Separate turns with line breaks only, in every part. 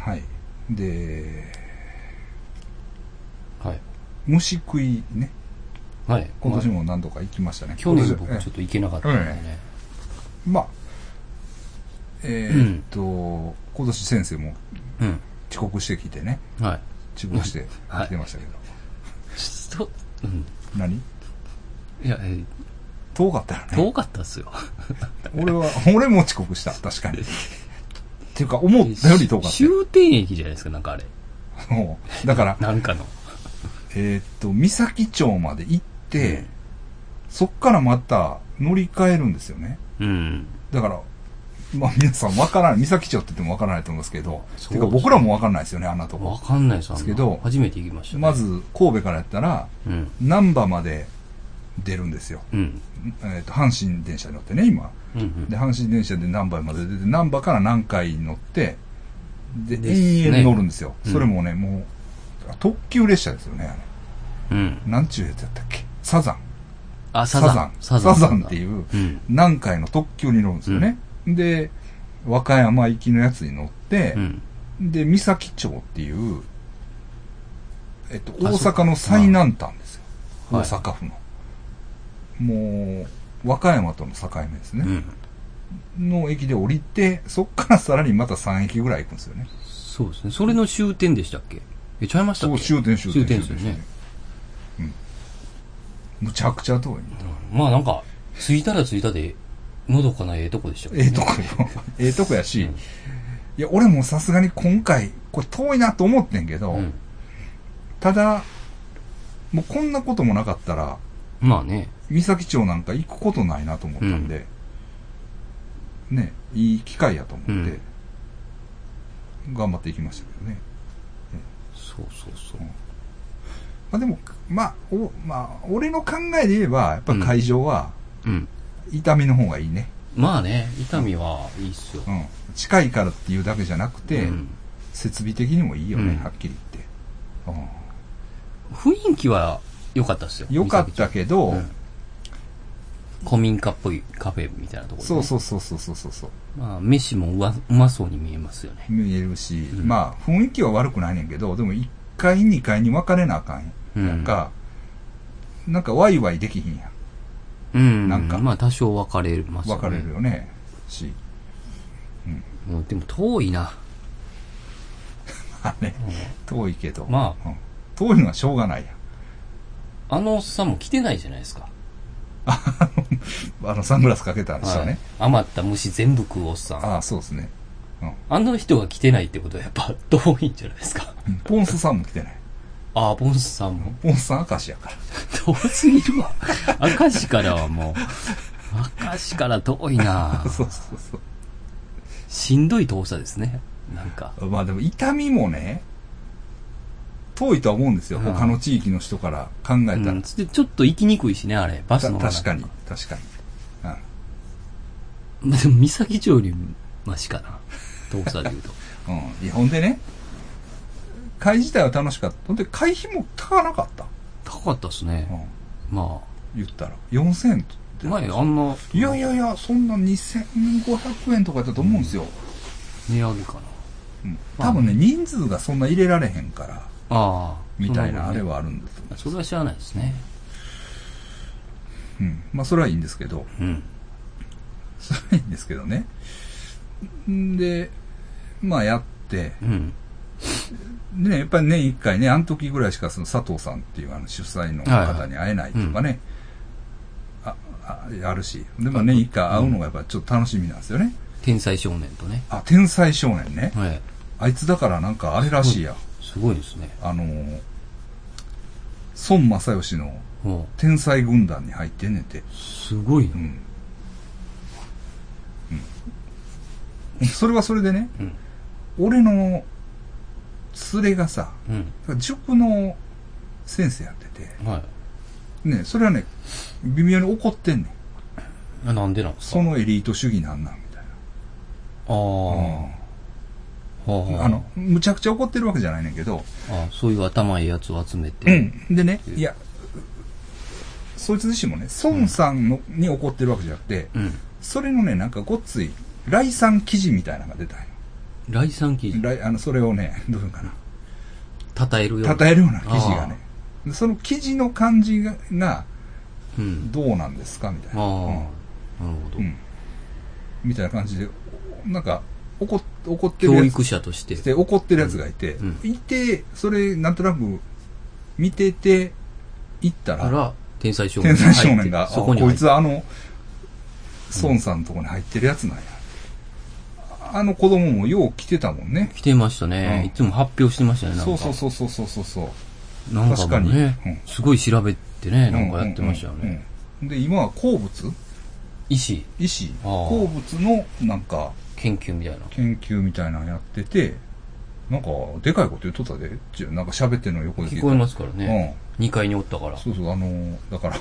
はい。で、
はい。
虫食いね。
はい。
今年
ま
も何度か行きましたね。
あ去年
今
僕
年
ちょっと行けなかったんでね。
ええまあ、えーっと、今年先生も
うん。
遅刻してきてね。
はい。
遅刻して
はい
来てましたけど。
ちょっと、うん。
何
いや、え
遠かったよね。
遠かったっすよ。
俺は、俺も遅刻した。確 かに。っていうか、思ったより遠かったよ
終点駅じゃないですか、なんかあれ。
そう。だから、
なんかの。
えーっと、三崎町まで行って、そっからまた乗り換えるんですよね。
うん。
だから、まあ皆さんわからない。三崎町って言ってもわからないと思うんですけど、
そう
ていうか僕らもわからないですよね、あんなと
わ
こ。
かんないです
ですけど
初めて行きましたね。
まず、神戸からやったら、
うん。
難波まで出るんですよ。
うん。
えーっと、阪神電車に乗ってね、今。
うんうん。
で、阪神電車で難波まで出て、難波から南海に乗って、で、
ですね
延々乗るんですよ。
うん
それもね、もう、特急列車ですよね、あれ。
うん。
なんちゅうやつやったっけサザン。
あ、サザン。
サザンサザンっていう
うん。
南海の特急に乗るんですよね。で、和歌山行きのやつに乗って
う、ん。
で、三崎町っていう、えっと、
あ
大
そうか
阪の最南端ですよ。
うん
大阪府の。もう、和歌山との境目です
う
ね。
ん。
の駅で降りて、そっからさらにまた3駅ぐらい行くんですよね。
そうですね。それの終点でしたっけえ、ちゃいましたっ
そ
け
う、終点終点。
終点ですよね。
うん。むちゃくちゃ遠い。
うんまあなんか、着いたら着いたで、のどかなええとこでしたけど
え
ね
えと こよ。ええとこやし、いや、俺もさすがに今回、これ遠いなと思ってんけど、
うん。
ただ、もうこんなこともなかったら、
まあね。
三崎町なんか行くことないなと思ったんで、ね、いい機会やと思って、頑張っていきましたけどね。
そうそうそう。
まあでも、まあ、おまあ、俺の考えで言えば、やっぱり会場は、
うん。
痛みの方がいいね。
まあね、痛みはいいっすよ。
うん。近いからっていうだけじゃなくて、
うん
設備的にもいいよね、
うん
はっきり言って。うん
雰囲気は良かったっすよ。
良かったけど、
うん古民家っぽいカフェみたいなところ、ね、
そうそうそうそうそうそうそう
まあ、飯もうわうまそうに見えますよね。
見えるし、
うん
まあ雰囲気は悪くないねんけどでも1階2階に分かれなあかん
う
やん、
ん
なんかなんかワイワイできひんやん
うん。
なんか
まあ、多少分かれますよ
分
ね。
かれるよねし
もうでも遠いな。
あれ遠いけど、
ま
あ遠いのはしょうがないやん
あのおっさんも来てないじゃないですか。
あのあのサングラスかけた人
は
ね
い、余った虫全部食うおっさん。
ああそうですね、
あの人が来てないってことはやっぱ遠いんじゃないですか。
うん、ポンスさんも来てない
ああ、ボンスさんも。
ポンスさん明石やから
遠すぎるわ。明石からはもう、明石から遠いな
そうそうそう
しんどい遠さですね。なんか。
まあでも痛みもね、遠いとは思うんですよ。
はい
他の地域の人から考えたら。
うん、でちょっと行きにくいしね、あれ。バス
た
の方が
確かに、確かに。うん
まあ、でも、三崎町よりマシかな。遠さで言うと。
うん。いや、ほんでね、会自体は楽しかった。ほんで、会費も高なかった。
高かったっす
う
ね。
ん。
ま
言ったら。4000円と。
あ、前、あんな、
いやいやいや、そんな2500円とかだと思うんですよ。
値上げかな。
うん。多分ね、人数がそんな入れられへんから、
ああ。
みたいなあれ
は。
はあるんですよ。
それは知らないですね。
うん。まあ、それはいいんですけど。
うん。
それはいいんですけどね。んで、まあ、やって、
うん。
でね、やっぱり年一回ね、あの時ぐらいしかその佐藤さんっていうあの主催の方に会えないとかね、あああるし、でも年一回会うのがやっぱちょっと楽しみなんですよね。
天才少年とね。
あ、天才少年ね。
はい。
あいつだからなんかあれらしいや。
すごいですね。
あのー、孫正義の
も
天才軍団に入ってんねんて。
う、すごいな
うん。うん。それはそれでね、
うん。
俺の連れがさ、
うん。
塾の先生やってて、
はい。
ね、それはね、微妙に怒ってんねん。
あなんでなんですか
そのエリート主義なんなんみたい
ああ、は
な。
あ。
あの、、むちゃくちゃ怒ってるわけじゃないねんけど、
あそういう頭いいやつを集め
う
て。
ん。でね、いや、そいつ自身もね、孫さんの、に怒ってるわけじゃなくて、
うん。
それのね、なんかごっつい、来賛記事みたいなのが出たんよ。
来産記事。
来あのそれをね、 どういうのかな、
称えるような。
称えるような記事がね、でその記事の感じがが
うん。
どうなんですかみたい
あ
な、うん
あ、なるほど。
うんみたいな感じで、なんか怒っ怒ってるや
教
つ
育者として。
して怒ってるやつがいて、
うん
いて、それなんとなく見てて行った、
からら、天才少年
天
が
才
入って。
少年が、あ
そこに
こ
入
い
っ
つ
て。
あの、孫さんのとこに入ってるやつなんや。あの子供もよう来てたもんね。
来てましたね、
うん
いつも発表してましたね、なんか。
そうそうそうそうそうそうそう。
なんか
確か
もう
に
ね、
うん
すごい調べてね、なんかやってましたよね。
うんうんうん。で、今は鉱物
医師
石
あー
鉱物のなんか
研究みたいな。
研究みたいなのやってて、なんかでかいこと言っとったで。ちゅうなんか喋ってるの横で聞い
聞
た
こえますから
う
ね。
ん。
2階におったから。
そうそう、あのーだから、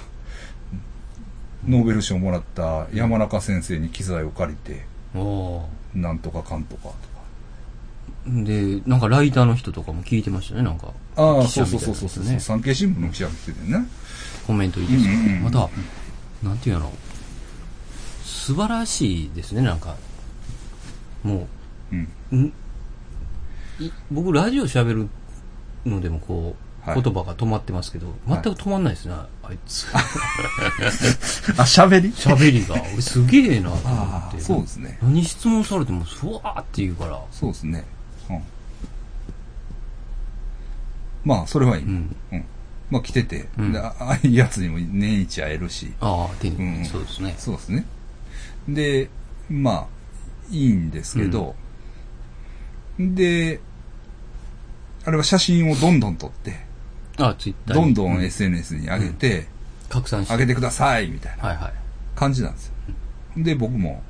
ノーベル賞をもらった山中先生に機材を借りて、
お
なんとかかんとかとか。
ーで、なんかライターの人とかも聞いてましたね、なんか。
ああ、
記
そう
者みた
そ
いうな
そうそうそう、産経新聞の記者が来ててね。
コメントいいですか、
うんうんうん
また、なんていうの素晴らしいですね、なんか。も
うん。
う、んい僕、ラジオ喋るのでもこう、
はい
言葉が止まってますけど、全く止まんないですね、あいつ。
あ、喋り
喋りが。俺すげえなと思
あ
っ
あ、
て。
そうですね。
何質問されても、ふわーって言うから。
そうですね。うん。まあ、それはいい。う。
うんん。
まあ、来てて、
うん
であ ああいうやつにも年一会えるし、
ああ、て
ん
そうですね。
そうですね。で、まあ、いいんですけど、で、あれは写真をどんどん撮って、
ああ、ツイッター
どんど
うん
SNS に上げて、
拡散して。
上げてくださいみたいな
はいはい。
感じなんですよ。で、僕も、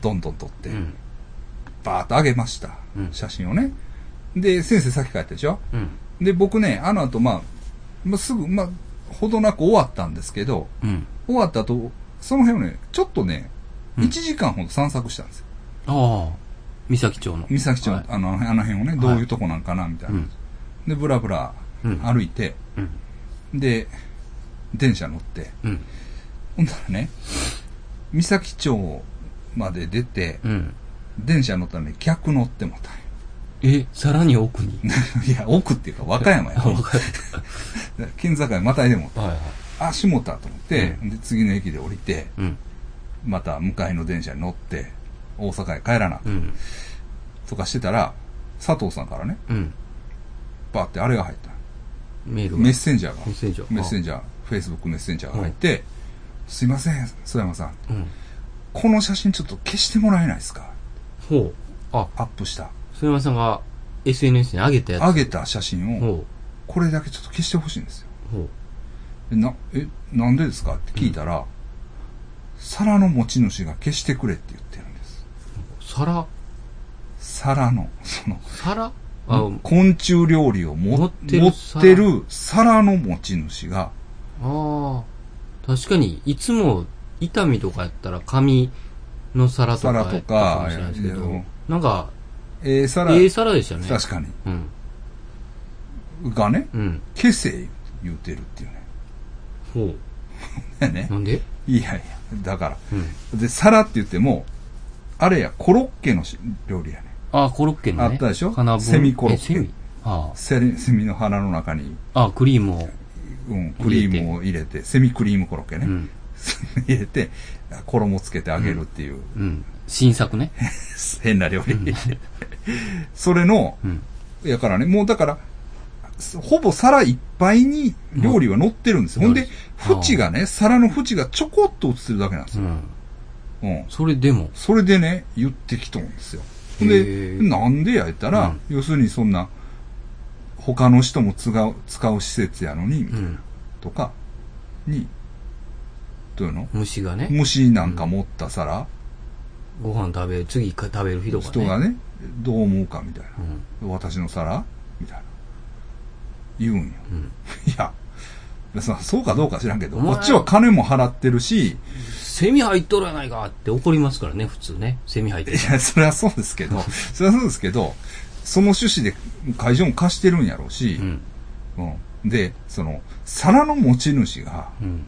どんどん撮って
う、ん。
バーッと上げました
うん。
写真をね。で、先生さっき帰ったでしょ
うん。
で、僕ね、あの後、まあ、まあ、すぐ、まあ、ほどなく終わったんですけど、
うん。
終わった後、その辺をね、ちょっとね、
うん
1時間ほど散策したんですよ。
ああ、三崎町の。
三崎町、
はい
あの、あの辺をね、どういうとこなんかな、みたいうな。
ん。
で、ブラブラ
うん。
歩いて、
うん。
で、電車乗って、
うん。
ほんならね、三崎町まで出て、
うん。
電車乗ったのに逆乗ってもたん
え、さらに奥に。
よ いや、奥っていうか和歌山や
あ、。わかる。
県境またいでも、
はいはい。
あ、下田と思って、で、次の駅で降りて、
うん。
また向かいの電車に乗って、大阪へ帰らな
う、ん。
とかしてたら、佐藤さんからね、
うん。
バーってあれが入った。
メールが
メッセンジャーが
メッ、センジャー。
メッセンジ
ジ
ャー、Facebook メッセンジャーが入って、すいません、須山さん、
ャー。うん。
この写真ちょっと消してもらえないですか
ほう。あ、
アップした。
そ山さんが SNS に上げたやつ。
上げた写真を、
ほ
これだけちょっと消してほしいんですよ。
う。ほ
え、な、え、なんでですかって聞いたら、皿の持ち主が消してくれって言ってるんです。
う。皿
皿の、その、
皿あ、
昆虫料理をも
持
持っ
っ
てて
る
る
皿
皿の持ち主が、
ああ。確かに、いつも、痛みとかやったら、紙の皿とかや
皿
っ
と
た
か
かもしれないですけ
いやいや
ど、なんか、
えー、皿、
ええ皿でしたね。
確かに、
うん。
がね、
うん。
消せ言うてるっていうね。
ほ
だよね
う。な。んで
いやいや、だから。
うん。
で、皿って言っても、あれや、コロッケのし料理やね。
あ、コロッケのね。
あったでしょ
金棒
セミコロッケ
えセミあ
セリセミの花の中に、
あ。あ、クリームを。
うん、クリームを入れて、セミクリームコロッケ
う
ね。
ん。
入れて、衣つけて揚げるっていう、
うん。新作ね。
変な料理。 それの、
うん。
やからね、もうだから、ほぼ皿いっぱいに料理は乗ってるんですよ。
うん
ほんで、縁がね、皿の縁がちょこっと映ってるだけなんです
う
よ。
ん。
うん。
それでも。
それでね、言ってきとんですよ。ほん
へ
で、
ー
なんでやったら、
うん
要するにそんな、他の人も使う、使う施設やのに、
うん。
とか、に、どういうの
虫がね。
虫なんか持った皿、
ご飯食べ、次か食べる人がね。
人がね、どう思うかみたい
うん。
な。私の皿みたいな。言うんよ。
うん。
いや、そそうかどうか知らんけど、
お前
こっちは金も払ってるし、
セミ入っとるやないかって怒りますからね、普通ね。セミ入って
いや、それはそうです けど、それはそうですけど、その趣旨で会場も貸してるんやろうし、
うん。
うんで、その、皿の持ち主が
うん。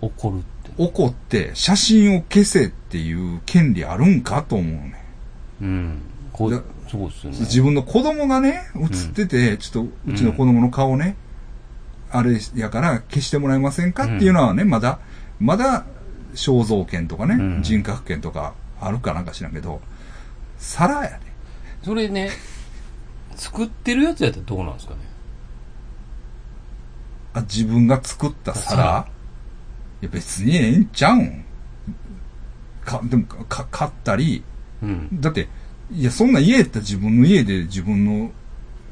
怒るって。
怒って写真を消せっていう権利あるんかと思うね。
うん。こう
だ、
そうっすよね。
自分の子供がね、映ってて、ちょっとうちの子供の顔ね、あれやから消してもらえませんかっていうのはね、まだ、まだ肖像権とかね、
うん
人格権とかあるかなんか知らんけど、皿やで。
それね、作ってるやつやったらどうなんですかね。
あ自分が作った皿
皿
いや別にええんちゃうん。か、でもか、か買ったり、
うん。
だって、いや、そんな家やったら自分の家で自分の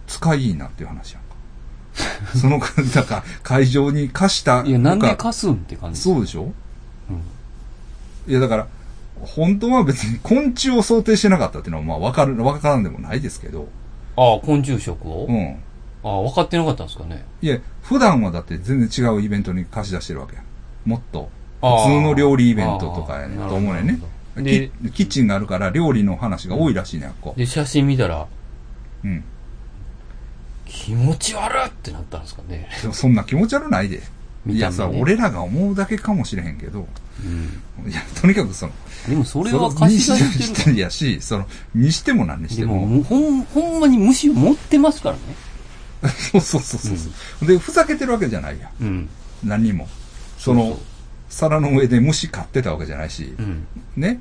使いいいなっていう話やん か。その、だから、会場に貸した
いや、なんで
と
貸すんって感じ。
そうでしょ
うん。
いや、だから、本当は別に昆虫を想定してなかったっていうのは、まあ、わかる、わからんでもないですけど、
ああ、昆虫食を、
うん。
ああ、分かってなかったんですかね。
いや、普段はだって全然違うイベントに貸し出してるわけやん。もっと、
あ
普
ー
通の料理イベントとかやね
あー
と思うねんね
なるほどなるほど
キ
で、
キッチンがあるから料理の話が多いらしいね、あっこ。
で、写真見たら、
うん。
気持ち悪っってなったんですかね。
でもそんな気持ち悪ないで。い
見
や
た目ね
さ、俺らが思うだけかもしれへんけど、
うん。
いや、とにかくその、
でもそれ
そ
は
の
貸
に
し出
し
して
て
る
もやし、その、にしても何にし
で
て
も、
も。
もうほん、ほんまに虫を持ってますからね。
そうそうそうそうそう。で、ふざけてるわけじゃないやん。
うん。
何にも。その、皿の上で虫飼ってたわけじゃないし、
うん。
ね。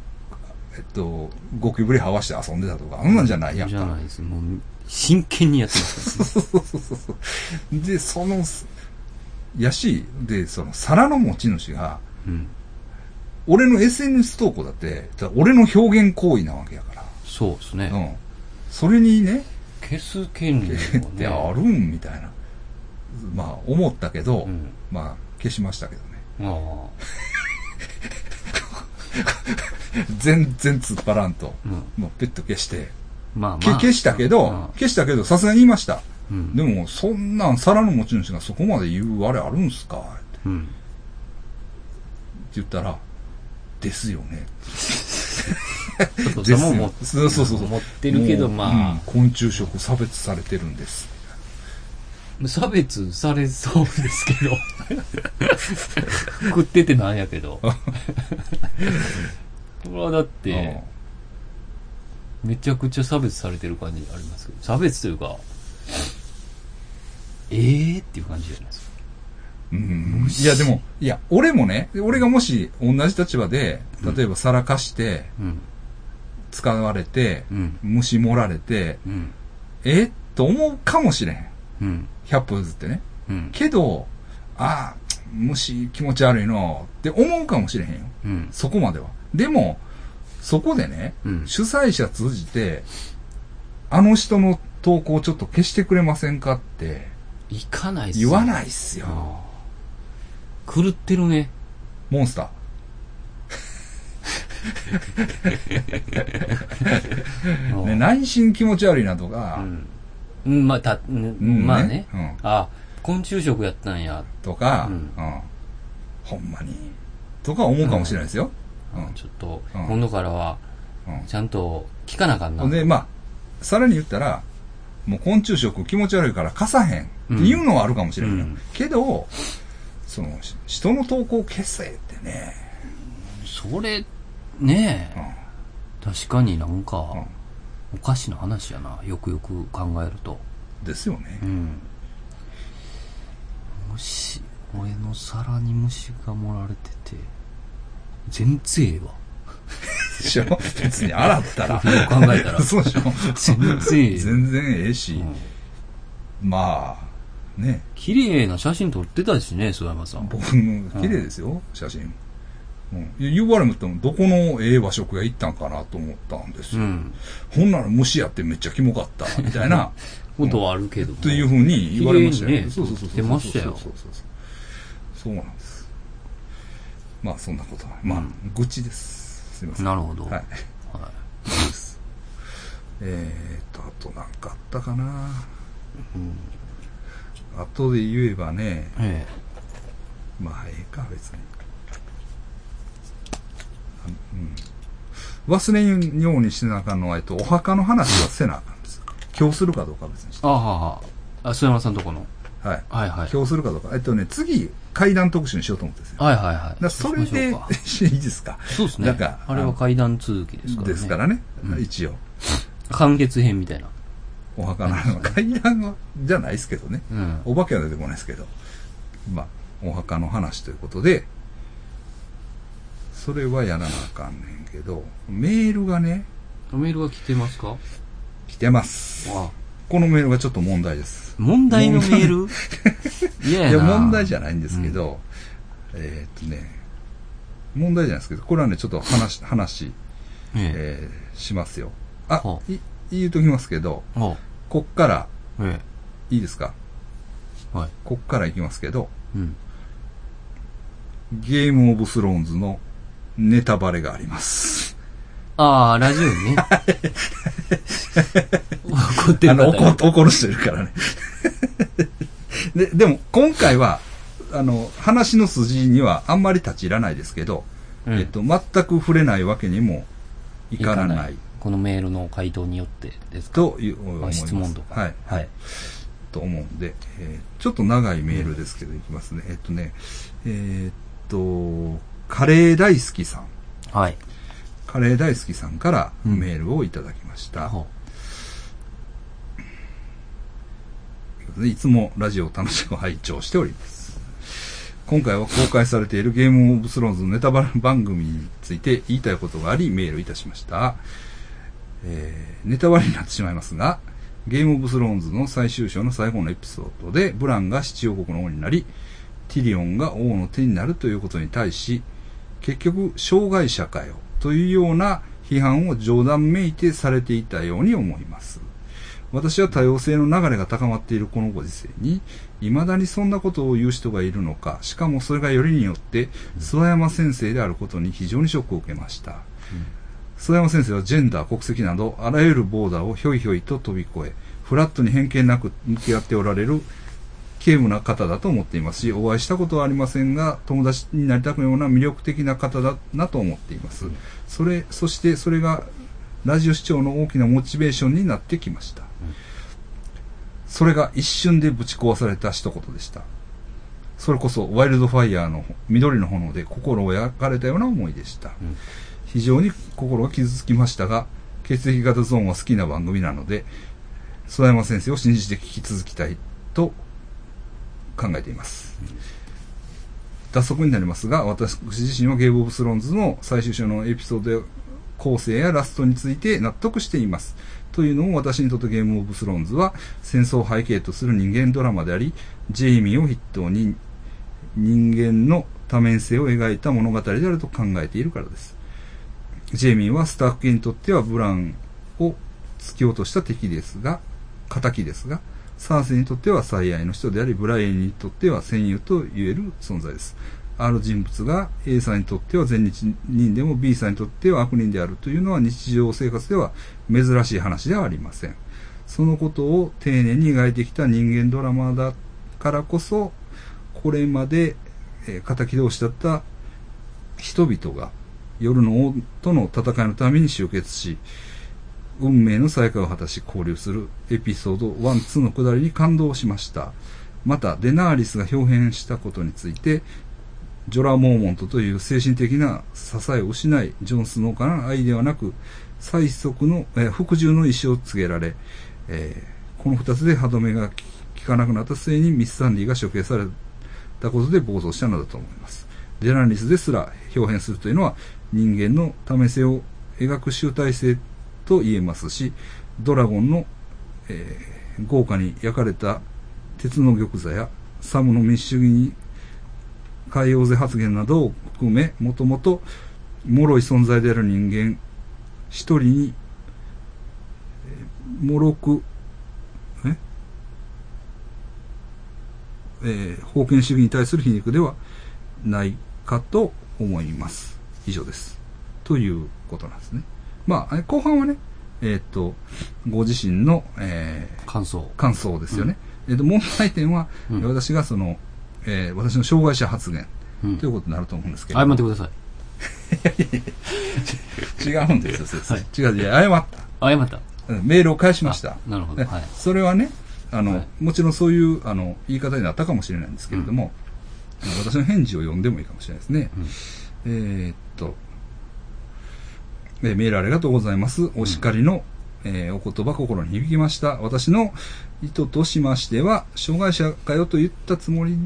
えっと、ゴキブリ這わして遊んでたとか、あんなんじゃないやん
じ
か
ゃ。ないです。もう、真剣にやってますからね。
そうそうそうそう。で、その、すやし、で、その、皿の持ち主が、
うん。
俺の SNS 投稿だって、だ俺の表現行為なわけやか
そうです
ら。う
ね。
ん。それにね、
消す権利
消
も
っ
ね。
てあるんみたいな。まあ、思ったけど、
うん。
まあ、消しましたけどね。
ああ。
全然突っ張らんと。
うん。
もう、ペッと消して。
まあまあ。
け消したけど、
うん
消したけど、さすがに言いました。
うん。
でも、そんなん、皿の持ち主がそこまで言うあれあるんすかって
うん。
言ったら、ですよね。
ちょっと
です
も
よ
持っ
そうそうそうそう
持ってるけど、
もううん
ま
昆虫食差別されてるんです。
あ、差別されそうですけど。食っててなんやけど。これはだって、めちゃくちゃ差別されてる感じありますけど。差別というか、えーっていう感じじゃないですか。
うん、いや、でも、いや、俺もね、俺がもし同じ立場で、例えば皿貸して、
うん。
使われて、
うん。
虫盛られて、
うん。
えっと思うかもしれん。
うん。
百歩譲ってね。
うん。
けど、ああ、虫気持ち悪いのって思うかもしれへんよ。
うん。
そこまでは。でも、そこでね、
うん
主催者通じて、あの人の投稿ちょっと消してくれませんかって
行かないっす
言わ
い。
ないっすよ。
あー狂ってるね。
モンスター。ね、内心気持ち悪いなとか、
うん、まあ、た、うん
うん
まあね。
うん
あ、昆虫食やったんや。
とか、
う
うんんほんまに、とか思うかもしれないですよ。うん
ちょっと、
うん
今度からは、
うん
ちゃんと聞かなあかんな。
で、まあ、さらに言ったら、もう昆虫食気持ち悪いから貸さへんっていうのはあるかもしれんよ、
うん
けど、その、し人の投稿消せってね、
それ、ね
う
え、
ん
確かになんか、
うん
おかしな話やな。よくよく考えると。
ですよね
う。ん。虫、俺の皿に虫が盛られてて、全然ええわ。
でしょ別に洗った ら。
よく考えたら
そうでしょ
全然ええ。
全然ええし、
うん
まあ、ね、
綺麗な写真撮ってたしね、諏訪山さん。
僕、綺麗ですよ、写真。うん、言われもっても、どこのええ和食屋行ったんかなと思ったんです
う
よ。
ん。
ほんなら虫やってめっちゃキモかった、みたいな。
ことはあるけども。
というふうに言われました
綺麗に
ね。
ね
そうそうそうそう。
出ましたよ
そうそうそうそう。そうなんです。まあそんなことは。まあ、愚痴です。すいません。
なるほど。
はい。
は
です えーっと、あとなんかあったかな。
いうん
あとで言えばね、
え
まあええか、別に。あうん。忘れんようにしなあかんのは、えっと、お墓の話はせなあかんです。今日するかどうかは別にして。
あはは。あ、須山さんとこの。
はい。
はいはい。
今日するかどうか。えっとね、次、階段特集にしようと思ってるんですよ。だか
はいはいはい。
らそれで、い
そうしましょうか
いですか。
そうですね。
なんか
あれは階段続きですからね。
ですからね
う。ん
一応。
完結編みたいな。
お墓のあの階段は、じゃないですけどね。
うん。
お化けは出てこないですけど。まあ、お墓の話ということで、それはやらなあかんねんけど、メールがね、
メールが来てますか
来てます。
あ
このメールがちょっと問題です。
問題のメールいや
いや、
やな。
問題じゃないんですけど、えーっとね、問題じゃないですけど、これはね、ちょっと話、話、え
ええ。
ーしますよ。あ
は、
い、言うときますけど、
あ
こっから、
え
いいですか
え。はい。
こっから行きますけど、
うん。
ゲームオブスローンズのネタバレがあります。
ああ、ラジオに ね。怒って
あ
る
の、
方
怒
が
っ怒る人いるからね。 で、でも、今回は、あの、話の筋にはあんまり立ち入らないですけど、
うん
えっと、全く触れないわけにもいかない
い。このメールの回答によってですか
という思い
あ
ます
質問とか。
はい。
はい。
と思うんで、えーちょっと長いメールですけど、いきますね。えっとね、えーっと、カレー大好きさん。
はい。
カレー大好きさんから
うん
メールをいただきました。
ほ
いつもラジオを楽しく拝聴しております。今回は公開されているゲームオブスローンズのネタバラ番組について言いたいことがありメールいたしました。えーネタバレになってしまいますが、ゲームオブスローンズの最終章の最後のエピソードで、ブランが七王国の王になり、ティリオンが王の手になるということに対し、結局、障害者かよ、というような批判を冗談めいてされていたように思います。私は多様性の流れが高まっているこのご時世に、未だにそんなことを言う人がいるのか、しかもそれがよりによって、諏訪山先生であることに非常にショックを受けました。諏訪山先生はジェンダー、国籍など、あらゆるボーダーをひょいひょいと飛び越え、フラットに偏見なく向き合っておられる、軽無な方だと思っていますし、お会いしたことはありませんが、友達になりたくような魅力的な方だなと思っています。それ、そしてそれが、ラジオ視聴の大きなモチベーションになってきました。それが一瞬でぶち壊された一言でした。それこそ、ワイルドファイヤーの緑の炎で心を焼かれたような思いでした。
うん
非常に心が傷つきましたが、血液型ゾーンは好きな番組なので、諏訪山先生を信じて聞き続きたいと考えています。脱足になりますが、私自身はゲームオブスローンズの最終章のエピソードや構成やラストについて納得しています。というのも私にとってゲームオブスローンズは戦争を背景とする人間ドラマであり、ジェイミーを筆頭に人間の多面性を描いた物語であると考えているからです。ジェイミーはスターク家にとってはブランを突き落とした敵ですが、敵ですが、サーセイにとっては最愛の人であり、ブライエンにとっては戦友と言える存在です。ある人物が A さんにとっては善人でも B さんにとっては悪人であるというのは日常生活では珍しい話ではありません。そのことを丁寧に描いてきた人間ドラマだからこそ、これまで、えー敵同士だった人々が夜の王との戦いのために集結し、運命の再会を果たし交流するエピソード1、2のくだりに感動しました。また、デナーリスが表現したことについて、ジョラ・モーモントという精神的な支えを失い、ジョン・スノーからの愛ではなく、最速の、えー服従の意思を告げられ、えーこの二つで歯止めが効かなくなった末にミス・サンディが処刑されたことで暴走したのだと思います。ジェラリスですら表現するというのは人間のため性を描く集大成と言えますし、ドラゴンの、えー豪華に焼かれた鉄の玉座やサムの民主主義に海洋勢発言などを含め、もともと脆い存在である人間一人に、えー脆く、ええー封建主義に対する皮肉ではないかと思います。以上です。ということなんですね。まあ、え後半はね、えーっと、ご自身の、えー
う。感想。
感想ですよね。えっと、問題点は、
うん
私がその、えー私の障害者発言
うん
とい。うことになると思うんですけど、
謝ってください。
違うんですよ、先生
はい
違う、違う、謝った
謝った。
うん。メールを返しました。
あなるほど。
ね
はい。
それはね、あの、
はい
もちろんそういうあの言い方になったかもしれないんですけれども、あの私の返事を読んでもいいかもしれないですね。えーっと、えーメールありがとうございます。お叱りの、えーお言葉心に響きました。私の意図としましては、障害者かよと言ったつもり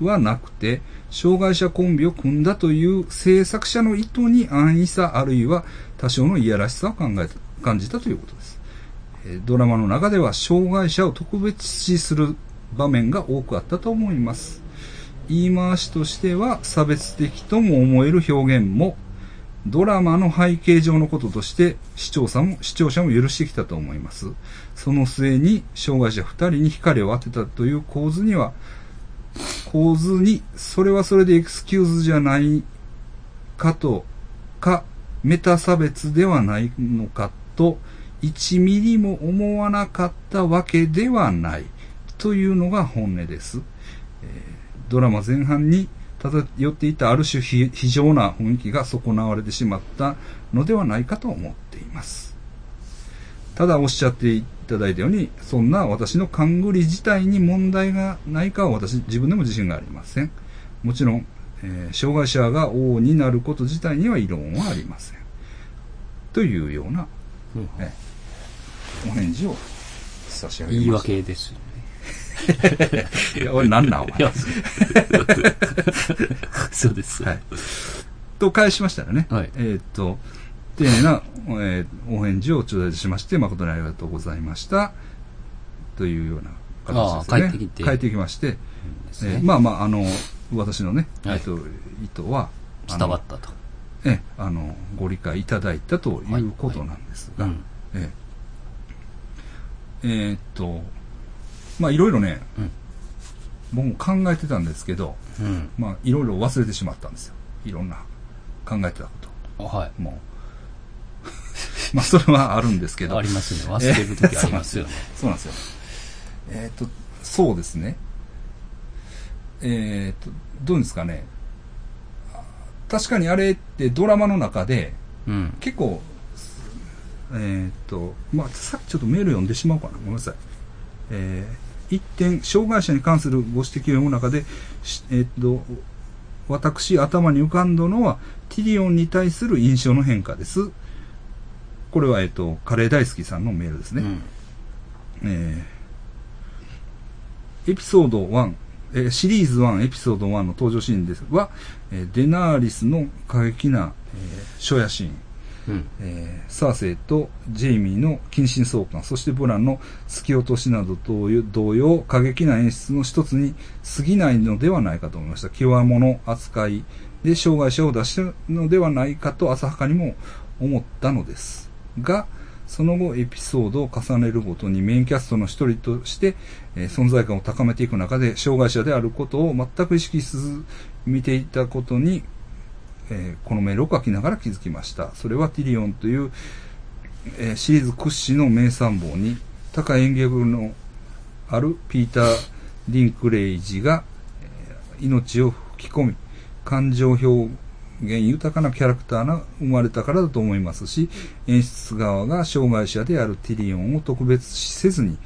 はなくて、障害者コンビを組んだという制作者の意図に安易さあるいは多少のいやらしさを考えた感じたということです。えードラマの中では障害者を特別視する場面が多くあったと思います。言い回しとしては差別的とも思える表現もドラマの背景上のこととして視聴者も視聴者も許してきたと思いますその末に障害者2人に光を当てたという構図には構図にそれはそれでエクスキューズじゃないかとかメタ差別ではないのかと1ミリも思わなかったわけではないというのが本音ですドラマ前半に漂っていたある種非非常な雰囲気が損なわれてしまったのではないかと思っています。ただおっしゃっていただいたように、そんな私の勘ぐり自体に問題がないかは私自分でも自信がありません。もちろん、えー障害者が王になること自体には異論はありません。というような
うん
お返事を差し上
言
げ
い
ました。
訳ですよね。
いや、俺なんなんお前
いや、そう そうです。
はい。と返しましたらね、
はい
えーっと、丁寧な、えーお返事を頂戴しまして、誠にありがとうございました。というような形ですね。
ああ帰ってきて
帰ってきまして、
です
え
ね
ーまあまあ、あの、私のね、
は
えー
い
っと意図は、あ
伝
の
わったと。
ええあの、ご理解いただいたということなんですが、
うん
えええーっと、まあ、いろいろね、
うん
僕も考えてたんですけど、
うん。
まあ、いろいろ忘れてしまったんですよ。いろんな考えてたこと。
はい。
もう。まあ、それはあるんですけど。
ありますね。忘れるときありますよ ね。
そうなんですよ。えっ、と、そうですね。えっ、と、どうですかね。あ確かにあれってドラマの中で、
うん。
結構、えっ、と、まあ、さっきちょっとメール読んでしまおうかな。ごめんなさい。えー一点、障害者に関するご指摘を読む中で、しえっ、と、私、頭に浮かんだのは、ティリオンに対する印象の変化です。これは、えっ、と、カレー大好きさんのメールですね。
うん。
えーエピソード1、えーシリーズ1エピソード1の登場シーンですは、えーデナーリスの過激な、えー初夜シーン、
うん。
えーサーセイとジェイミーの近親相関、そしてブランの突き落としなどという同様、過激な演出の一つに過ぎないのではないかと思いました。際物扱いで障害者を出してるのではないかと浅はかにも思ったのです。が、その後エピソードを重ねるごとにメインキャストの一人として、えー存在感を高めていく中で、障害者であることを全く意識せず見ていたことにえーこのメールを書きながら気づきました。それはティリオンという、えーシリーズ屈指の名参謀に、高い演劇のあるピーター・リンクレイジが、えー命を吹き込み、感情表現豊かなキャラクターが生まれたからだと思いますし、演出側が障害者であるティリオンを特別視せずに、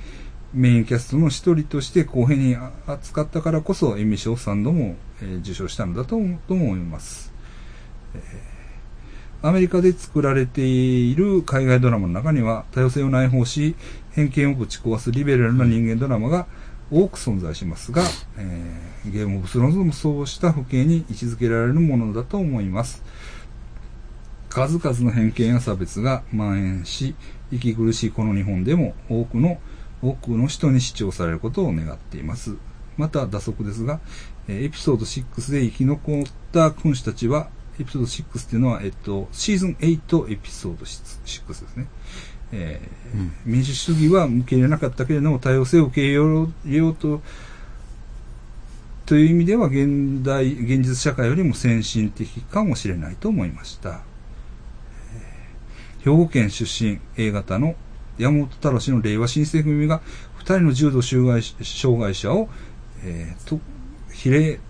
メインキャストの一人として公平に扱ったからこそ、エミー賞を3度も、えー受賞したのだと思と思います。アメリカで作られている海外ドラマの中には多様性を内包し偏見をぶち壊すリベラルな人間ドラマが多く存在しますが、えーゲームオブスローンズもそうした風景に位置づけられるものだと思います数々の偏見や差別が蔓延し息苦しいこの日本でも多くの多くの人に視聴されることを願っていますまた打足ですがえーエピソード6で生き残った君主たちは、エピソード6っていうのは、えっと、シーズン8エピソード6ですね。えー
うん
民主主義は受け入れなかったけれども、多様性を受け入れようと、という意味では現代、現実社会よりも先進的かもしれないと思いました。えー兵庫県出身 A 型の山本太郎氏の令和新政組が2人の重度障害障害者を、えーと比例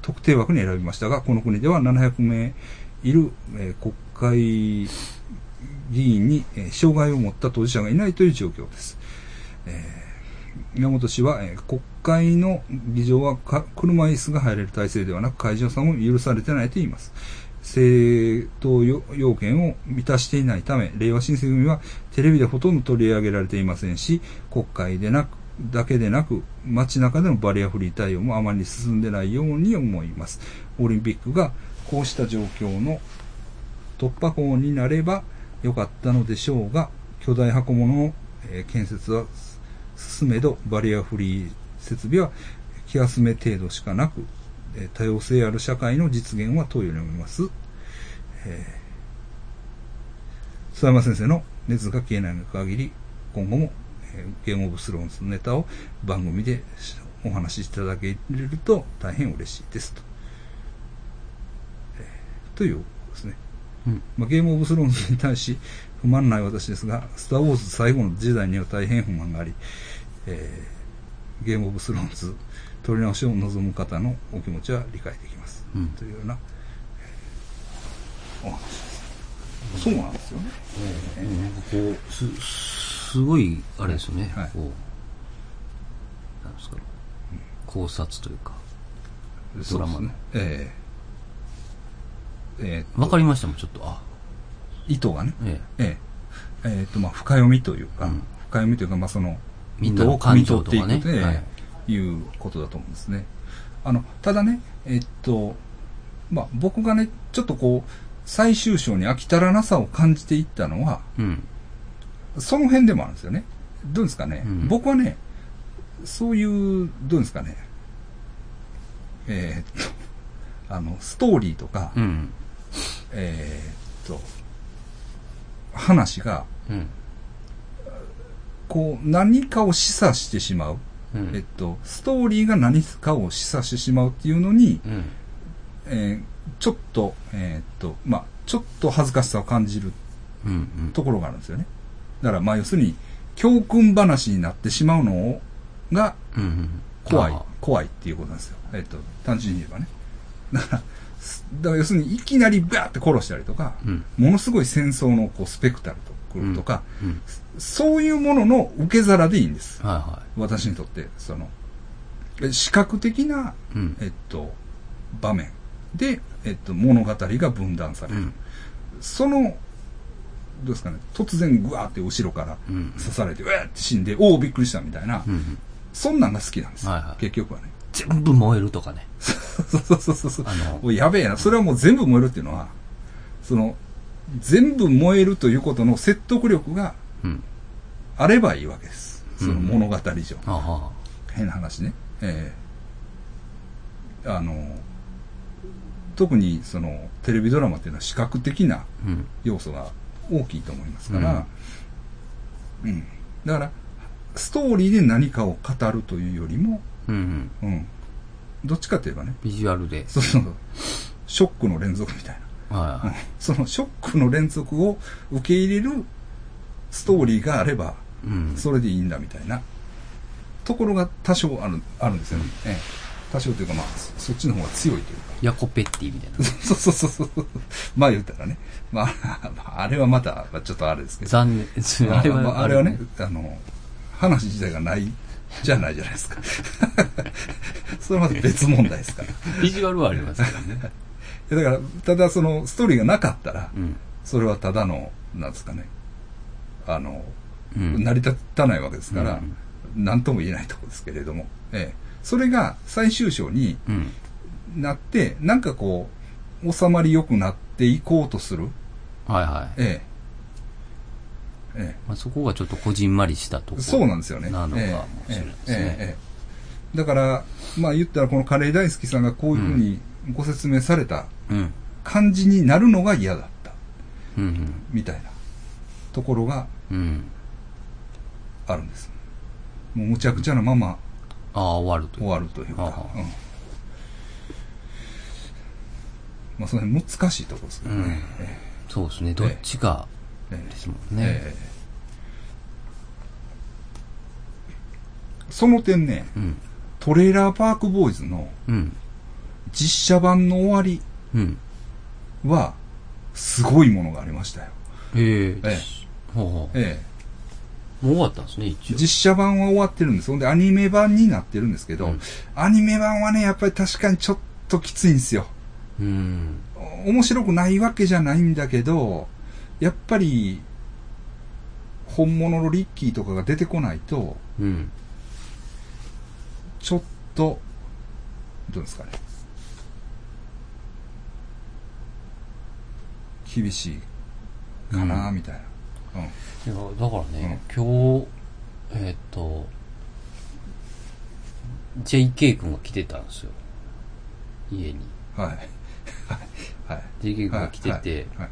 特定枠に選びましたが、この国では700名いる、えー国会議員に、えー障害を持った当事者がいないという状況です。えー宮本氏は、えー国会の議場はか車椅子が入れる体制ではなく会場さんも許されてないと言います政党要要件を満たしていないため令和新選組はテレビでほとんど取り上げられていませんし国会でなくだけでなく街中でのバリアフリー対応もあまり進んでないように思いますオリンピックがこうした状況の突破口になれば良かったのでしょうが巨大箱物のえー建設は進めどバリアフリー設備は気休め程度しかなくえー多様性ある社会の実現は問いよります、えー、諏訪山先生の熱が消えない限り今後も、えーゲームオブスローンズのネタを番組でしお話しいただけると大変嬉しいですと、えーということですね
うん。
まあ、ゲームオブスローンズに対し不満ない私ですが、スター・ウォーズ最後の時代には大変不満があり、えーゲームオブスローンズ取り直しを望む方のお気持ちは理解できます。
うん
というような、えーお話です。そうなんですよね。
うんなんかこう、す、すごい、あれですよね。
はい
こう、なんですか、考察というか。ドラマの
そうですね。えーえー
わかりましたもん、ちょっと。あ、
意図がね、
え
えーえーと、まあ、深読みというか、
うん
深読みというか、まあ、その、
みんなの感情とかね
見取っていく
はい
ということだと思うんですね。あの、ただね、えっと、まあ、僕がね、ちょっとこう、最終章に飽き足らなさを感じていったのは、
え。うん。
その辺でもあるんですよね。どうですかね、
うん
僕はね、そういう、どうですかね、えーっと、あの、ストーリーとか、
うん。
えーっと、話が、
うん。
こう、何かを示唆してしまう。
う
えっ
ん。
と、ストーリーが何かを示唆してしまうっていうのに、
うん。
えーちょっと、えーっと、まあ、ちょっと恥ずかしさを感じる
うん。うん。
ところがあるんですよね。だから、まあ、要するに、教訓話になってしまうのをが
うん。
怖い
あ、
怖いっていうことなんですよ。えっと、単純に言えばね。だから、すだから要するに、いきなりバーって殺したりとか、
うん。
ものすごい戦争のこうスペクタル
うん
とか、
うん。
そういうものの受け皿でいいんです。
はいは。
私にとって、その、え視覚的ない
うん。
えっと、場面で、えっと、物語が分断され
う
る、
ん。
そのどうですかね突然グワーって後ろから
うん。
刺されてうわーって死んでおおびっくりしたみたいな、
うん。
そんなんが好きなんです、
はいはい
結局はね
全部燃えるとかね。
そうそうそうそうそう
あの
もうやべえなそれはもう全部燃えるっていうのはその全部燃えるということの説得力が
うん。
あればいいわけですその物語上、
ああ。
変な話ね、ええあの特にそのテレビドラマっていうのは視覚的な
うん。
要素が大きいと思いますから、うんだからストーリーで何かを語るというよりも、
うんうん。
うん、どっちかといえばね
ビジュアルで。
そうそうそうショックの連続みたい
はい
な、う
は
んそのショックの連続を受け入れるストーリーがあれば
い。うん。
それでいいんだみたいなところが多少あるあるんですよね、ええ多少というかまあそそっちの方が強いというか
ヤコペッティみたいな。
そうそうそうそうそうまあ言ったらね、まあ、 まああれはまたまあちょっとあれですけど
残念。
あれは,、あ、れはね。あの話自体がないじゃないじゃないですか それはまた別問題ですからい
ビジュアルはありますからね。
やだからただそのストーリーがなかったら
うん。
それはただのなんですかねあの
うん。
成り立たないわけですから、
うん
何とも言えないところですけれども、ええ、それが最終章に
うん。
なって、なんかこう、収まり良くなっていこうとする、
はいはい。
えええ
まあ、そこがちょっとこじんまりしたとこ
え、
ろ
そうなんですよね。
なのかもしれないです
えええええ
ね。
えだから、まあ言ったらこのカレー大好きさんがこういうふうにご説明された
うん。
感じになるのが嫌だった、
うん。
みたいなところが
うん。
あるんです。もうむちゃくちゃなまま
ああ、終わるとい
終
う。
わるというか、
はあはあ
うんまあその辺難しいところですけどね、
うん
え
そうですね。どっちか
ええ
ですもん
え
ね。
ええその点ね
うん。
トレーラーパークボーイズの
うん。
実写版の終わり
うん。
はすごいものがありましたよ、
へえ
ええ
ほうほう。
ええ
もう終わったんですね、一応。
実写版は終わってるんです。ほんで、アニメ版になってるんですけど、
うん
アニメ版はね、やっぱり確かにちょっときついんですよ。
うん。
面白くないわけじゃないんだけど、やっぱり、本物のリッキーとかが出てこないと、
うん。
ちょっと、どうですかね。厳しいかな、
うん
みたいな。うん。
いやだからね、今日、えーっと、JK 君が来てたんですよ。家に。
はい。はい。はい。
JK 君が来てて、
はいはい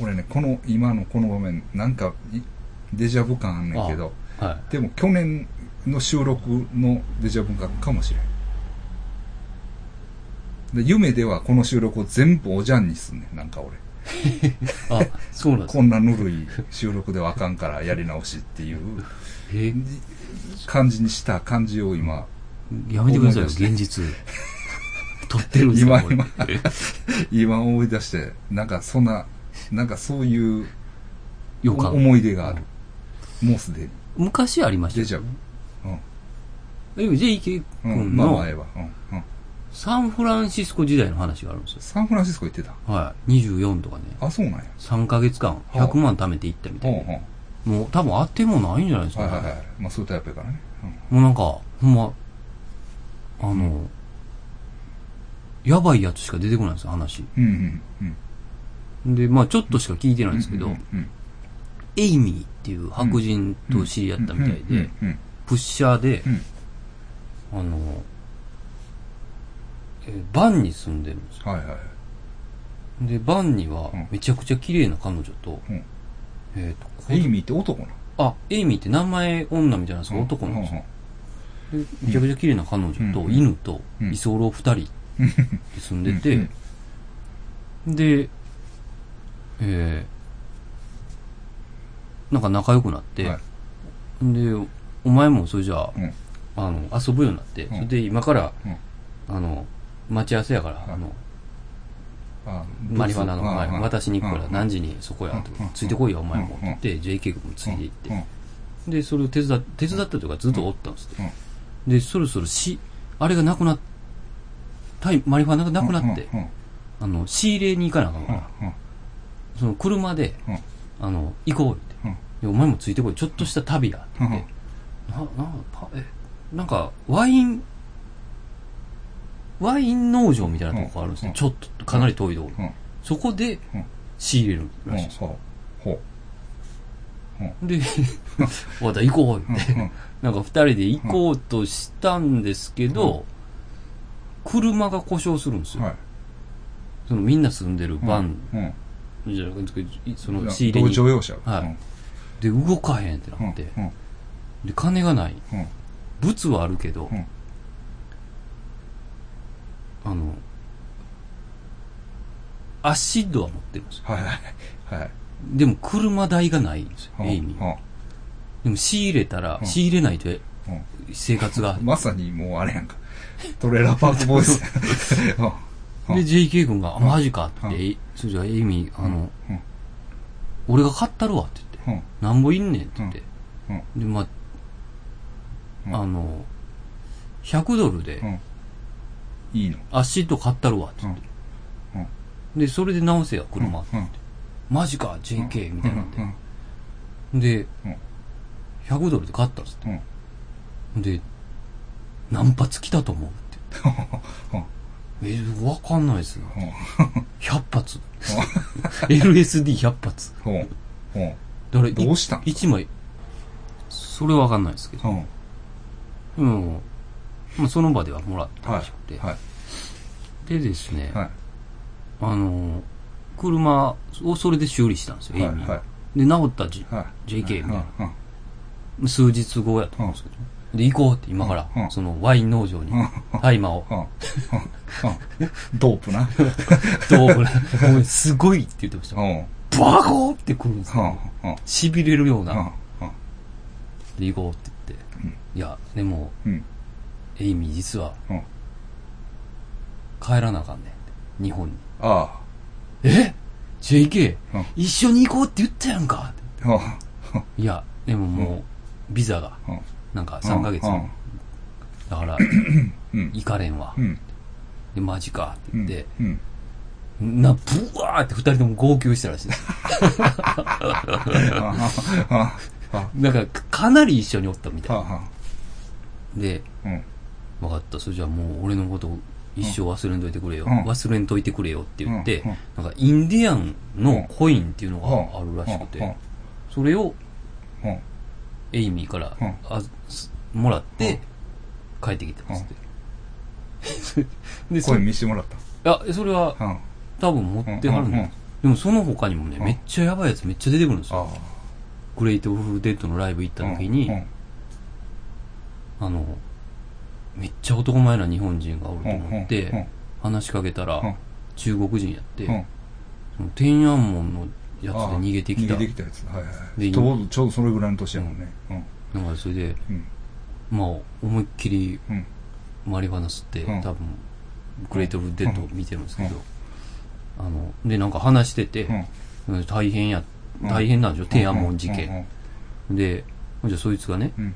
俺ねこの今のこの場面なんかいデジャブ感あんねんけど
はい。
でも去年の収録のデジャブ感かもしれんで夢ではこの収録を全部おじゃんにすんねんなんか俺
あ、そうなんで す
こんなぬるい収録ではあかんからやり直しっていう
え
感じにした感じを今
やめてください
思い出
よ、
して
現実。撮ってるんですか
今
これ
今今思い出してなんかそんななんかそういう
予感。
思い出があるもうすでに
昔ありました
デジ
よ
ャブうん
でも JK
うん、
君
まあ
の
前は、うんうん。
サンフランシスコ時代の話があるんですよ。
サンフランシスコ行ってた。
はい。24とかね。
あ、そうなんや。
3ヶ月間、
あ
100万貯めていったみた
ほうほ
い
う
な。もう多分あってもないんじゃないですか
はい
ね。
はいはい。まあそういうタイプやからね。
もうなんか、ほんま、あの、やばいやつしか出てこないんですよ、話。
うん。うんうんうん。
で、まあちょっとしか聞いてないんですけ
う
ど
ん、うん
エイミーっていう白人と知り合ったみたいで、
うんうん
プッシャーで
う、ん。
あの、えーバンに住んでるんですよ。
はいはいはい。
で、バンには
うん
めちゃくちゃ綺麗な彼女と、
うん
えっと、こ
エイミーって男な
あ、エイミーって名前女みたいなんですけ
の
ど男なんですよ。
よ。
でめちゃくちゃ綺麗な彼女
う
と
ん
犬と
うん
居候二人で住んでて、
うん
で、えー、なんか仲良くなって、
は
で、お前もそれじゃあ、
うん
あの、遊ぶようになって、
ん
それで今から、
うん
あの、待ち合わせやから、
い
あの、
あ
マリファナの、
ブース
はい
うんうん
渡しに行くから
うん
何時にそこや、と
うん
ついてこいよ、お前も、
うん
って言って、JK 君もついて行って、
うん
で、それを手伝っ、手伝ったというかずっとおったんですって。
うん
で、そろそろし、あれがなくなっ、タイ、マリファナがなくなって、
うんうん
あの、仕入れに行かなあかん
う
か
ん
ら、その車で、
うん
あの、行こうって、
うん
でお前もついてこい。ちょっとした旅や。って
うん
な、な、パえ、なんか、ワイン、ワイン農場みたいなとこがあるんですね。
うん
ちょっと、かなり遠いところ。
うんうん
そこで
うん、
仕入れる
う
ら
ん
しい
うん
です。
そうほ
で、 わた行こう
うう
っ
ん
て、
うん
なんか二人で行こうとしたんですけど、車が故障するんですよ。
はい
そのみんな住んでるバン
うん
じゃなくて、そ
うん
の仕入れ
同
に。
乗用車
はい
うん
で、動かへんってなって、
うん
で、金がない。
うんうん
物はあるけど、
うん
あの、アシッドは持ってるんですよ。
はいはいはい
でも車代がないんです
う
よ、
ん
エイミー
う
は。
ん
でも仕入れたら
う、ん
仕入れないと
うん
生活が。
まさにもうあれやんか。トレーラーパークボーイズ。うん
で、JK 君が、あマジか
う
っ
ん
て、えそれじゃあエイミー、あの、
うん
俺が買ったるわって言って。
うん
なんぼいんねんって言って。
うん
で、まあ、
うん
あの、100ドルで
うんいいの。
アシッド買ったるわって言って。
うんう
で、それで直せや、車。
うんうん
マジか、JK、みたいになって。で、
うん
100ドルで買ったんですって。
うん
で、何発来たと思うって言って。え、わかんないですよ。
うん
100発。LSD100 発。
うんうんうん
だからい
どうしたん
一枚。それはわかんないですけど。
うん
でも、まあ、その場ではもらったらしくて。
は
でですね、
い。はい。
あの、車をそれで修理したんですよ、エイミ
はい。
ー
は
がで、治ったじ、
い。はい。
JK みたいな。
うん
数日後やと思うんですけど。で、行こうって、今から
うんう、ん
そのワイン農場に
うん、
大麻を
う、んうんうんドープな。
どうぐらい、もう すごいって言ってました
う。んうん
バコーって来るんです
うん
よ。痺れるよう
うん
な。で、行こうって言って。いや、でも、
うん
エイミー実は
うん、
帰らなあかんねんって。日本に。
あ
え ?JK
うん、
一緒に行こうって言ったやんかって
あ。うん
いや、でももう、ビザが、
うん
なんか3ヶ月
うん
も。だから、
うん
行かれんわ
う。ん
で、マジかって
う
言
ん
って、
うん
な、ブワーって二人とも号泣したらしいです。
ははは
だから、かかなり一緒におったみたい
はは
で、
うん
分かった、それじゃあもう俺のこと一生忘れんといてくれよ。
うん
忘れんといてくれよって言って
うんうん、
なんかインディアンのコインっていうのがあるらしく
うんうん
て、それを
うんうん
エイミーから
うん
あすもらって帰ってきてますって。 で、そ
声見してもらっ
あ、それは
たうんあ
多分持ってはるん
うんうんう
で
ん
でもその他にもね、
うん
めっちゃやばいやつめっちゃ出てくるんですよ。
あ
グレイトオフデッドのライブ行った時に、
うん
あの、めっちゃ男前な日本人がおる
う
と
ん
思って、
うんうん
話しかけたら、
うん
中国人やって、
うん
その天安門のやつで逃げてきた
逃げてきたやつはいはいはい
で
ちょうどちょうどそれぐらいの年やもんねうん
なんかそれで、
うん
まあ、思いっきり
うん
マリファナ吸って、
うん
多分グレート・オブ・デッドを見てるんですけど、あのでなんか話してて、
うん
うん大変や
うん
大変なんでしょ、天安門事件、
うん
でじゃあそいつがね、
うん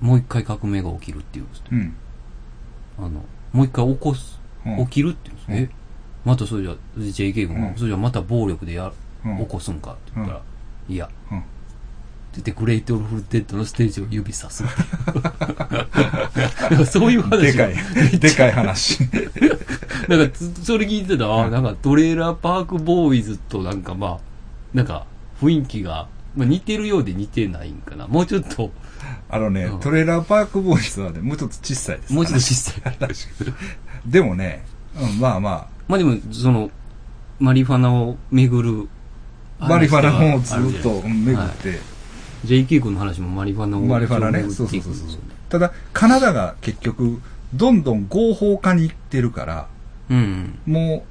もう一回革命が起きるって言うんですって
うん
あのもう一回起こす
うんうん
起きるって言うんです、
うん
えまたそれじゃ JK 君が、
うん
それじゃまた暴力でや
うん
起こすんかって言ったら、いや、
うん
出てグレイト・オブ・デッドのステージを指さすっていう そういう話
でか いでかい話
なんかつそれ聞いてたら、あーなんかトレーラーパークボーイズとなんかまあなんか雰囲気が、まあ、似てるようで似てないんかなもうちょっと
あのね
うん
トレーラーパークボーイズはねもうちょっと小さいです
もうちょっと小さい
でもねうんまあま
まあでもそのマリファナを巡る
あマリファナをず
話で
っ
はあるじゃない
と巡って、
JK 君の話もマリファナを
マリファナね
巡っていく
そうそうそうん
ですよね
ただカナダが結局どんどん合法化に行ってるから
うん
も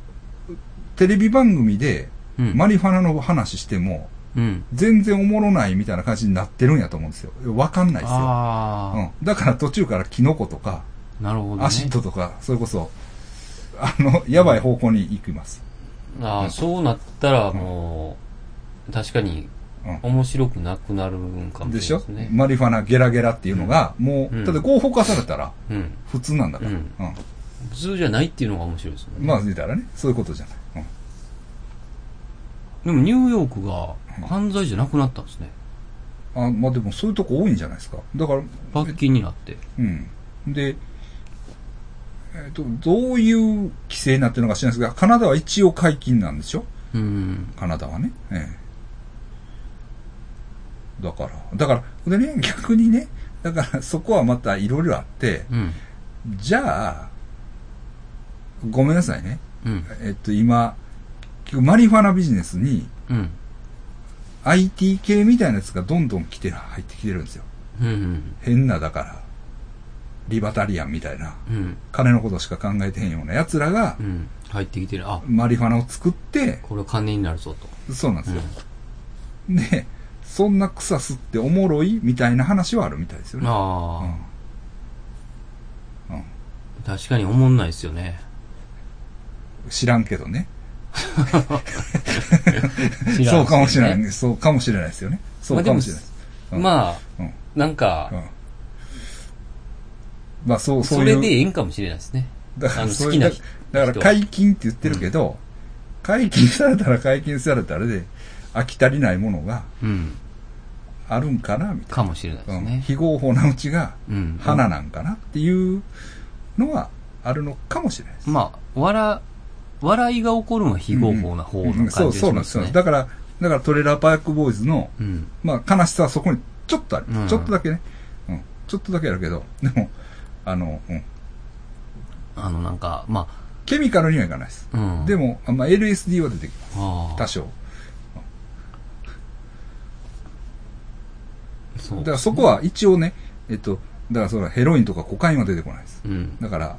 うテレビ番組で
うん
マリファナの話しても
うん
全然おもろないみたいな感じになってるんやと思うんですよわかんないですよ、
あ
う
あ、
ん、だから途中からキノコとか
なるほど、ね。
アシッドとかそれこそあのやばい方向に行きます、
ああ、そうなったらもう、確かに
うん
面白くなくなるんかも
で
し
し
れ
ょ
ないですね。
マリファナゲラゲラっていうのが、もう、
うん
ただ合法化されたら
うん。
普通なんだから。
う
うんん。
普通じゃないっていうのが面白いですよね。
まあ、見たらね、そういうことじゃない。うん
でもニューヨークが犯罪じゃなくなったんですね。
あまあでもそういうとこ多いんじゃないですか。だから、
罰金になって。
うん。で、えっと、どういう規制になってるのか知らないですが、カナダは一応解禁なんでしょ
うん。
カナダはね。ええ。だから、だから、でね、逆にね、だからそこはまたいろいろあって、
うん。
じゃあ、ごめんなさいね。
うん。
えっと、今、結局マリファナビジネスに
うん。
IT 系みたいなやつがどんどん来てる、入ってきてるんですよ。
うん。
変な、だから、リバタリアンみたいな、
うん。
金のことしか考えてへんような奴らが
う、ん。入ってきてる。あ、
マリファナを作って、
これは金になるぞと。
そうなんですよ。で、そんな草吸っておもろいみたいな話はあるみたいですよね。う
あ
ん
あ、確かに思んないですよ ね。
知らんけどね。
知らん
そうかもしれない、
ですよね。
そうかもしれないですよね。そうかもしれない。うん
まあ、
うん
なんか、
うんまあそう、そ
そう
いう。
れでええんかもしれないですね。
だか
あ
ら
の
そ
好
ういう
きな
だ
人
だから解禁って言ってるけど、解禁されたら解禁されたらで飽き足りないものが
うん。
あるんかなみたい
かもしれないで
な、
す
うん
ね。
非合法なうちが
うん。
花なんかなっていうのはあるのかもしれないです。
まあ、笑、笑いが起こるのは非合法な方の感じ
うん
がします
そ
ね。
うそうなんですよ、だから、だからトレーラーパークボーイズの、
うん。
まあ悲しさはそこにちょっとある。
うん
ちょっとだけね、うん。ちょっとだけあるけど、でも、あの、うん。
あの、なんか、ま
ケミカルにはいかないです。
あ、うん。
でも、あまあ、LSD は出てきます。
ああ、
多少。
そう
だからそこは一応ね、えっと、だからそれはヘロインとかコカインは出てこないです。
うん。
だから、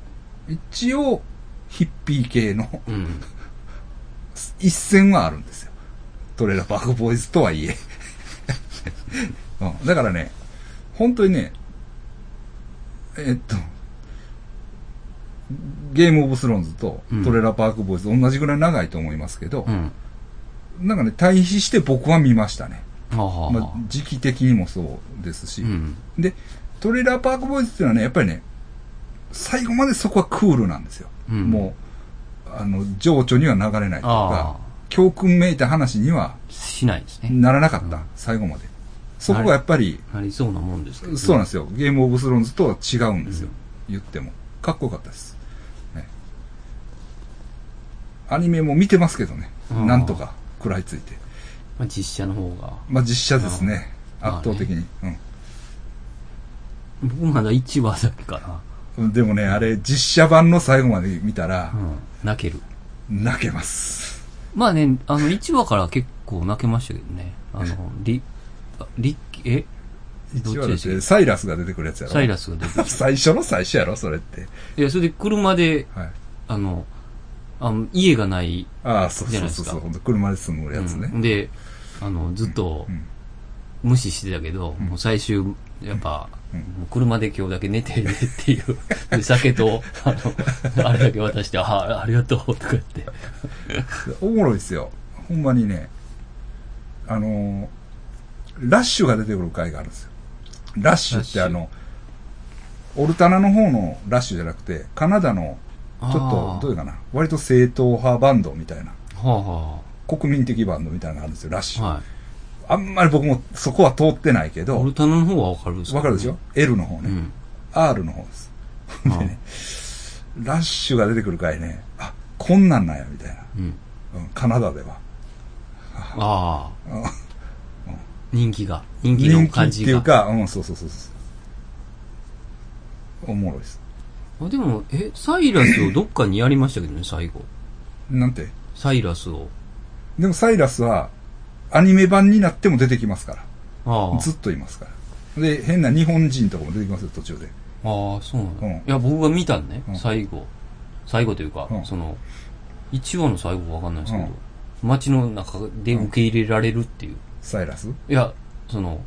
一応、ヒッピー系の
うん。
一線はあるんですよ。トレーラーパークボーイズとはいえ、うん。だからね、本当にね、えっと、ゲームオブスローンズと
うん
トレーラーパークボーイズ同じぐらい長いと思いますけど
う、ん。
なんかね、対比して僕は見ましたね。
あは
まあ、時期的にもそうですし、
うん。
で、トレーラーパークボーイズっていうのはね、やっぱりね、最後までそこはクールなんですよ。
うん
もう、あの、情緒には流れないという
あ
か、教訓めいた話には
あ。しないですね。
ならなかった、最後まで。そこがやっぱり、
なりそうなもんですけど、
そうなん
ん
ですよ。ゲームオブスローンズとは違うんですよ。言っても。かっこよかったです。ねアニメも見てますけどね。
うん
なんとか食らいついて。
まあ、実写の方が。
まあ実写ですね。
うん
圧倒的に。
僕まだ1話だけか
うん。でもね、あれ、実写版の最後まで見たら
な。う、ん。泣ける。
泣けます。
まあね、あの、1話から結構泣けましたけどね。あの、リ、リえどっち
一話だ
で
っ、
したってけ
サイラスが出てくるやつやろ。
サイラスが出て き
最初の最初やろ、それって。
て。いや、それで車で、
はい。
あの、あの家がない、
ああ、そう
じ
そう
ゃないで
そ
す
う
か
そう。ほんと車で住むやつね。
うんで、あの、ずっと
うん
無視してたけど、もう最終、やっぱ、
うん
もう車で今日だけ寝てね っていう、で酒と、あの、あれだけ渡して、あありがとう、とか言って。
おもろいですよ。ほんまにね、あのーラッシュが出てくる回があるんですよ。ラッシュって
ラッシュ
あの、オルタナの方のラッシュじゃなくて、カナダの、ちょっと、どういう
か。
かな、割と正統派バンドみたいな、
はあ、は
国民的バンドみたいなのがあるんですよ、ラッシ
あ、
ュ。
はい。
あんまり僕もそこは通ってないけ
オ
ど
ル、タナの方はわかるんです
わかるでし
ょ
ょ ?L の方
う
ね、
ん。
R の方です。
あ
で
あ
ね、ラッシュが出てくる回ね、あ、こんなんなんや、みたいな。
うん。
うん、カナダでは。
ああ、
うん
人気が。人気の
人
感
気
じ
っ
が。
ていうか、うん、そうそうそうそう。おもろいです。
あでも、え、サイラスをどっかにやりましたけどね、最後。
なんて。
サイラスを。
でもサイラスは、アニメ版になっても出てきますか
あ
ら。
あ。
ずっといますから。で、変な日本人とかも出てきますよ、途中で。
ああ、そうなんだ。
うん
いや、僕が見たんね、
うん
最後。最後というか、
うん
その、1話の最後わかんないですけど、街の中で受け入れられるっていう。
サイラス
いや、その、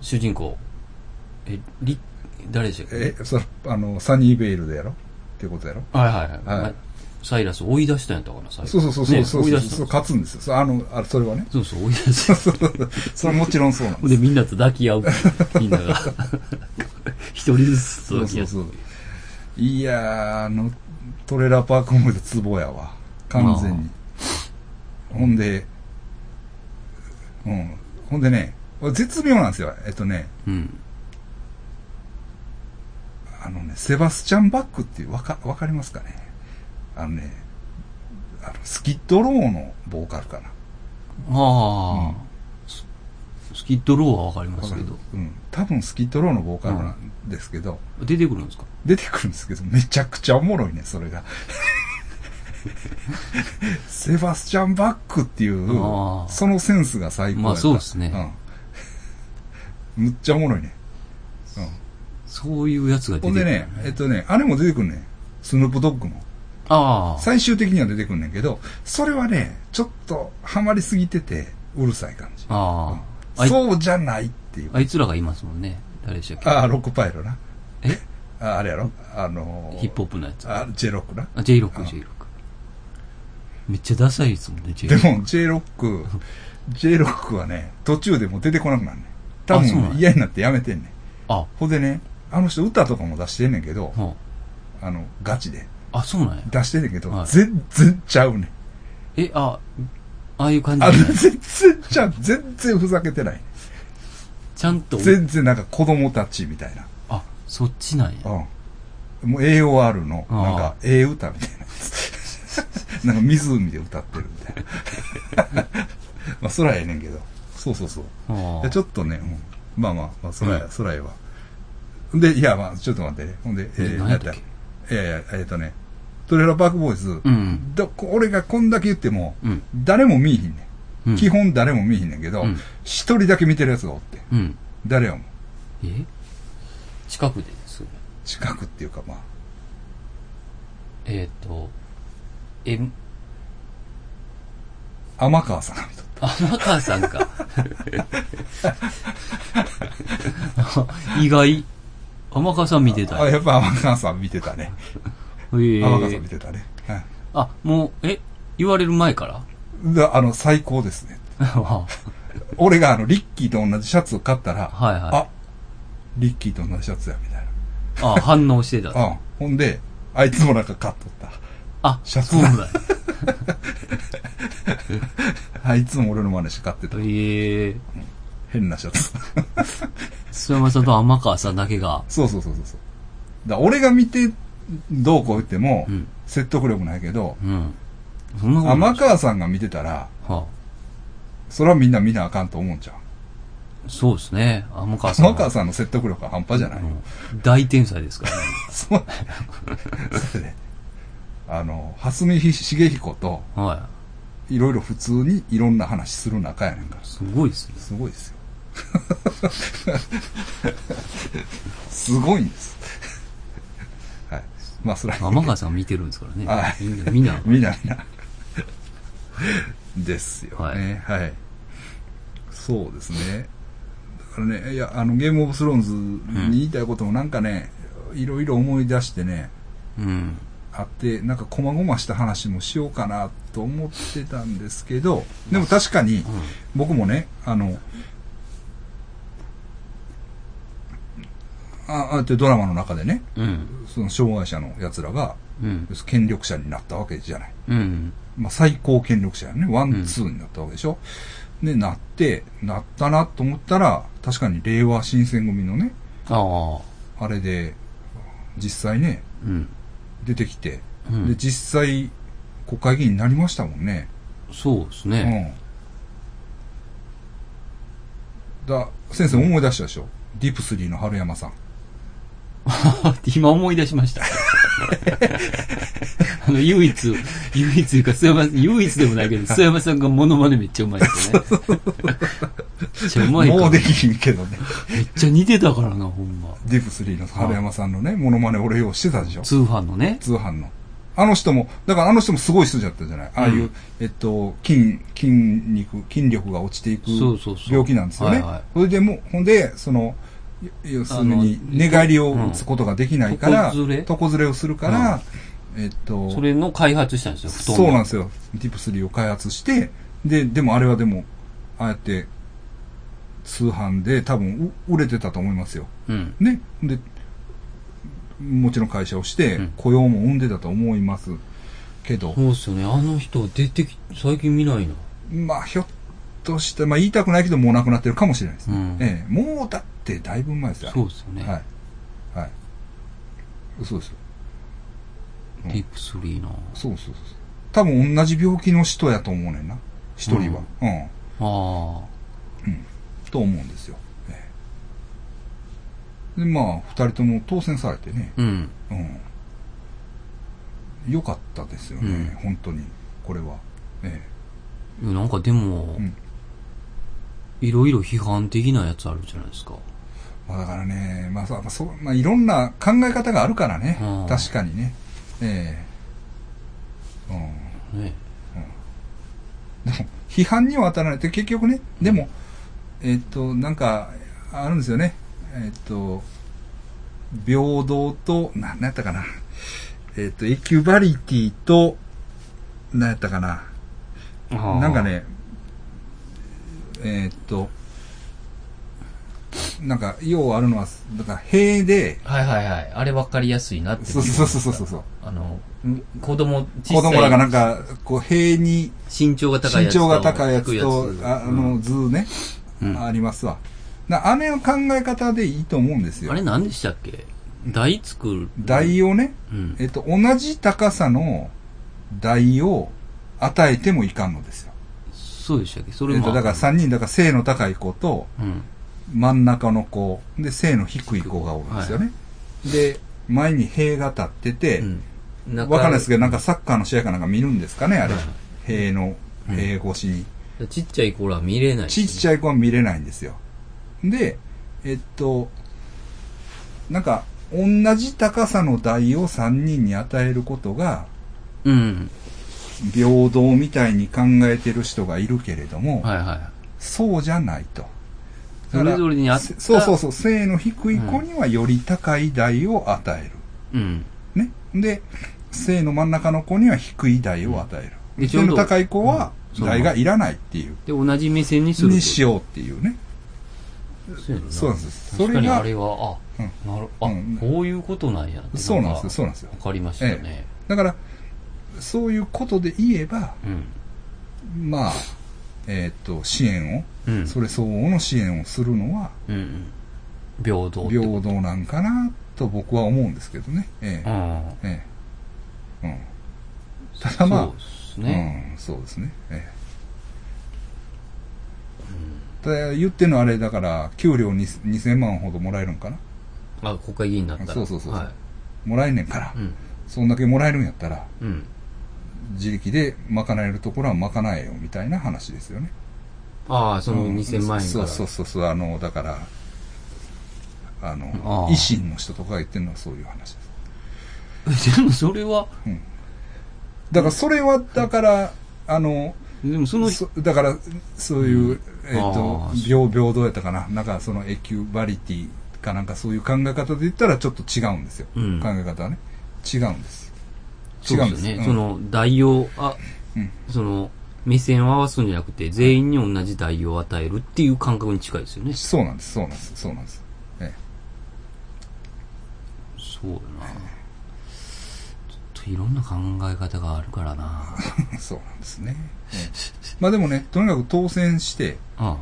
主人公、え、り、誰でしたっけ
え、それ、あの、サニーベイルでやろっていうことやろ
はいはいはい。
はい
まサイラスを追い出したんやったかな、最後。
そうそうそうそう、
ね
そう
追い
そう
出した
そう、
んです
勝つんですよ。そうあの、あそれはね。
そうそう、追い出した。
そうそうそうそれはもちろんそうなんです。
で、みんなと抱き合う。みんなが。一人ずつ
そう
抱き
そ
合
う
う。
そう。いやー、あの、トレーラーパークホームでツボやわ。完全に。ほんで、うん。ほんでね、絶妙なんですよ。えっとね、
うん。
あのね、セバスチャン・バックっていう、わか、わかりますかねあのね、あの、スキッドローのボーカルかな。
ああ、ススキッドローはわかりま
わ
す
か
け
る
ど。
うん。多分スキッドローのボーカルなんですけど、
出てくるんですか
出てくるんですけど、めちゃくちゃおもろいね、それ が。セバスチャン・バックっていう
あ、ー
そのセンスが最高や
まあ
った
そうですね。
うん。むっちゃおもろいね。うん。
そういうやつが出て
ほん
く
で
る、
ね、えっとね、あれも出てくんね。スヌープドッグも。
ああ。
最終的には出てくんねんけど、それはね、ちょっとハマりすぎてて、うるさい感じ。
ああ。あい
そうじゃないっていう。
あいつらがいますもんね。誰でしたっけ
ああ、ロックパイロな。
え
ああれやろあのー
ヒップホップのやつ。あ、
あ、ジェロックな。
J ロック、J ロック。めっちゃダサいですもんね、J
で
ロック。
も J ロック、J ロックはね、途中でもう出てこなくなるねん。多
あそうなん
分
や
嫌になってやめてんねん。
あ、
ほんでね、あの人歌とかも出してんねんけど、
は
あの、ガチで
あ、あ、そうなんや。
出してんねんけど、
はい
全然ちゃうねん。
え、あ、ああいう感じ
あ
じ
の、
ゃない
全然ちゃう。全然ふざけてない。
ちゃんと、
全然なんか子供たちみたいな。
あ、そっちなんや。
うん。もう AOR の、
ああ
なんか、ええ歌みたいなや つ。なんか湖で歌ってるみたいな。 まあ、そらええねんけど。そうそうそう。
あ
いや
あ
ちょっとね、うん、まあまあ、まあ、そらや、
うん
そらやわ。で、いや、まあ、ちょっと待ってね。ほんで、え
え
ー、
何やったっけ
いやいや、えっ、とね、トレーラーパークボーイズ、
うん。
どこ俺がこんだけ言っても、
うん。
誰も見いひんね
うん
ん。基本誰も見いひんねんけど
うん、
一、人だけ見てるやつがおって。
うん。
誰やもん。
え近くでです。
近くっていうか、まあ、
えっ、と、え、
天川さんが見とった。
天川さんか。 意外。天川さん見てた
あ、
よ。
やっぱ天川さん見てたね。
へ
天
え
川さん見てたね。はい
あ、もう、え、言われる前から
であの、最高ですね。俺があの、リッキーと同じシャツを買ったら、
はいはい。
あ、リッキーと同じシャツや、みたい
あ反応してた。
な。うん。ほんで、あいつもなんか買っとった。
あ、
シャツ
そうだよ。
あいつも俺の真似して買ってた。
ええー。
変なシャツ。
須山さんと天川さんだけが。
そうそうそうそうそう。だから俺が見て、どうこう言っても
う、ん。
説得力ないけど、
うん。そんなことない
天川さんが見てたら、
は
それはみんな見なあかんと思うんちゃう。
あ、そうですね。天川さんは。
天川さんの説得力は半端じゃない。
うん大天才ですからね。
そう。それで、あの、蓮見茂彦と、
はい
ろいろ普通にいろんな話する仲やねんから
い。。すごいですね。
すごいですよ。 すごいんです。はい。まあ、それは。
天川さんが見てるんですからね。
はい
みんな、みんな。
みんなみんな。ですよね、はい。そうですね。だからね、いや、あの、ゲームオブスローンズに言いたいこともなんかね、いろいろ思い出してね、
うん。
あって、なんか、こまごました話もしようかなと思ってたんですけど、でも確かに、僕もね、あの、ああってドラマの中でね、
うん。
その障害者の奴らが、
うん。
権力者になったわけじゃない。
うん。
まあ、最高権力者やね。ワ
う
ン、
ん
ツーになったわけでしょ。で、なって、なったなと思ったら、確かに令和新選組のね、
ああ。
あれで、実際ね、
うん。
出てきて、
うん
で、実際、国会議員になりましたもんね。
そうですね。
うん。だ、先生思い出したでしょ。ディープスリーの春山さん。
今思い出しました。 あの、唯一、唯一というか、須山さん、唯一でもないけど、須山さんがモノマネめっちゃうまいですよね。めっちゃうまいか
も
ら。
う
め
で
っ
きひんけどね。
ちゃ似てたからな、ほんま。
ディープスリーの春山さんのね、モノマネ俺ようしてたでしょ。
通販のね。
通販の。あの人も、だからあの人もすごい人だったじゃない。ああいう、
うん
えっと、筋、筋肉、筋力が落ちていく
そうそうそう
病気なんですよね。
はいはい
それでもう、ほんで、その、い要するに、
あの
寝返りを打つことができないから、
うん床ずれ
床ずれをするから、えっと、
それの開発したんですよ、布団
そうなん
の
ですよ。ディープ3を開発して、で、でもあれはでも、ああやって、通販で多分う売れてたと思いますよ。
うん。
ね。で、もちろん会社をして
うん、
雇用も生んでたと思いますけど
そ、うっすよね。あの人出てき、最近見ないな。
まあ、ひょっとして、まあ言いたくないけど、もう亡くなってるかもしれないですね。
うん
ええ、もうだってだいぶ前ですよ。
そうっすよね。
はい。はい。そうですよ。
ディープ3の。
そうそうそうそう。多分同じ病気の人やと思うねんな。一人は。うん
あ
と思うんですよ。ええで、まあ、二人とも当選されてね
あ。、うん。
うん。良かったですよね、
うん
本当に、これは。え
いやなんかでも、
うん
いろいろ批判的なやつあるじゃないですか。
えまあ、だからね、まあ、そうまあそうまあ、いろんな考え方があるからね、
うん
確かにね。ええうん
ね。
でも批判には当たらないって結局ねでも、えっとなんかあるんですよねえっと平等とななんやったかなえっとエキュバリティとなんやったかななんか。ねえっとなんか要はあるのはだから塀で
はいはいはい。あれ分かりやすいなって。
そうそうそうそうそうそう
あの、ん子供、
子供らがなん
か、
かこう塀に
身長が高い
身
やつと。
長が高いやつと
低いやつ
ああの図ね、
うん
ありますわ。な、あれの考え方でいいと思うんです
あ
よ
れ。何でしたっけ台作る。
台をね、
うん。
えっと、同じ高さの台を与えてもいかんのですよ。
そうでしたっけそれ
えっ
も。
と、だから3人、だから背の高い子と
うん。
真ん中の子、で、背の低い子がおるんですよね。で、前に塀が立ってて、
うん
わかんないですけど、なんかサッカーの試合かなんか見るんですかね、あれ
はい。
塀の、塀越しに。
ちっちゃい頃は見れない。
ちっちゃい子は見れないんですよ。で、えっと、なんか、同じ高さの台を3人に与えることが、
うん。
平等みたいに考えてる人がいるけれども、
はいは
そうじゃないと。
い。それぞれにあった。
そうそうそう、性の低い子にはより高い台を与える。
うん。
ね。で、性の真ん中の子には低い台を与える。
で
背の高い子は
うん
代がいらないっていう、
で、同じ目線にすると。
にしようっていうね。
そうやんな
そうなんです
確
そ
か
れ
に
が
あれは、あ、
う
なる、あ、
うん
こういうことなんやってか
そうなんですよ、そうなんですよ
わ。かりましたね。
だから、そういうことで言えば、まあ、えっ、と、支援を、
うん。うん。
それ相応の支援をするのは、
うんうん。平等って。
平等なんかなと僕は思うんですけどね。ええ
うん。
ええうん、ただまあ
そうですね。
うん、そうですね。ええただ言ってんのあれだから、給料に2000万ほどもらえるんかな
あ、国会議員になったら。
そうそうそうそう
は
もらえんねんから、
い。うん。
そんだけもらえるんやったら、
うん。
自力で賄えるところは賄えよみたいな話ですよね。
ああ、その2000万円か
そ
ら。
うそうそうそうあのだからあの
ああ
維新の人とかが言ってるのはそういう話です、
でもそれは、
うん、だからそれはだからあの
でもその、
そだからそういう、えっ、
ああ
と平平等やったかななんかそのエキュバリティかなんかそういう考え方で言ったらちょっと違うんですよ、
うん
考え方はね違うんです違
そう
うん
で
ですす
よね。
うん
その、代用、あ、
うん
その、目線を合わすんじゃなくて、全員に同じ代用を与えるっていう感覚に近いですよね。
そうなんですそうなんですそうなんです、え
そうだな。ちょっといろんな考え方があるから な。
えそうなんですね、ええまあでもねとにかく当選して、
ああ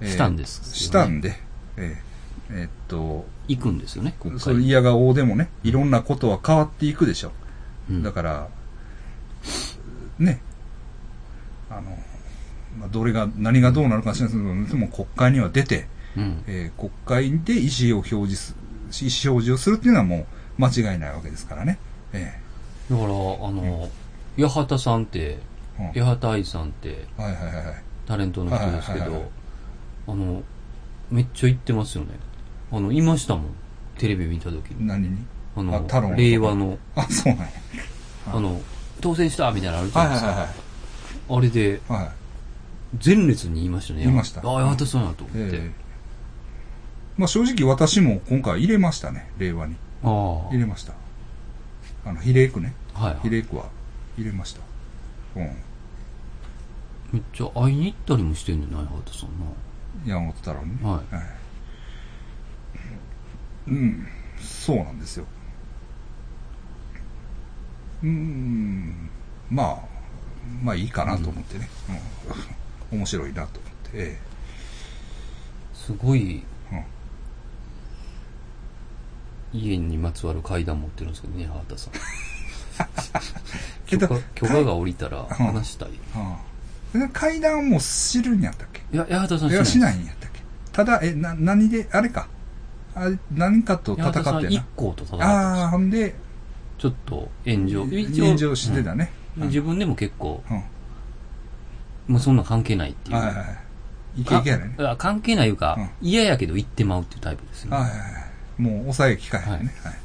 ええ
したんですよね
したんで、えええっと
行くんですよね、国
そ
会
う
に。
いやがおうでもね、いろんなことは変わっていくでしょ。
うん
だから、ね、あの、まあ、どれが、何がどうなるか知らないですけど、でも国会には出て、
うん。
えー国会で意思を表示す、意思表示をするっていうのはもう間違いないわけですからね。え
だから、あの、八幡さんって、
えうん
八幡愛さんって、
はいはいはいはい。
タレントの人ですけ
はいはいはいは
ど
い、
あの、めっちゃ行ってますよね。あの、いましたもん。テレビ見た時に。
何に
あ
あ
の
太郎の、
令和の、
あ、そうなんや。
あの、当選したみたいなのあるじゃないですか。
い
あれで、
はい。はい。
前列に言いましたね。
言いました
ああ、八幡さんやと思っ
え
て
え。まあ正直私も今回入れましたね、令和に。
ああ、
入れました。あの、比例区ね。
はいはい
比。例区は入れました。うん。
めっちゃ会いに行ったりもしてんじゃない八幡さん
山本太郎にね。
な。はい。
はい。うん。そうなんですよ。うーん。まあ、まあいいかなと思ってね。うん。面白いなと思って。え
すごい、
え。うん
家にまつわる階段持ってるんですけどね、原田 さん。
え
許
っと
可、許可が下りたら話したい。
ああで階段も知るんやったっけ
いや、八幡さん。
いや、しないいんやったっけただ、え、な、何で、あれか。あれ、何かと戦
八
って
幡さん一
な。
行と戦って
ああ、
ま
ほんで、
すちょっと炎上。一応
炎上してたね。
うん自分でも結構、
うん。
もうそんな関係ないっていう。
はいはいはい。いけいけやね。
ああ関係ないいうか、嫌やけど行ってまうっていうタイプですよね。
はいはいはい。もう抑えきかへんね。はい。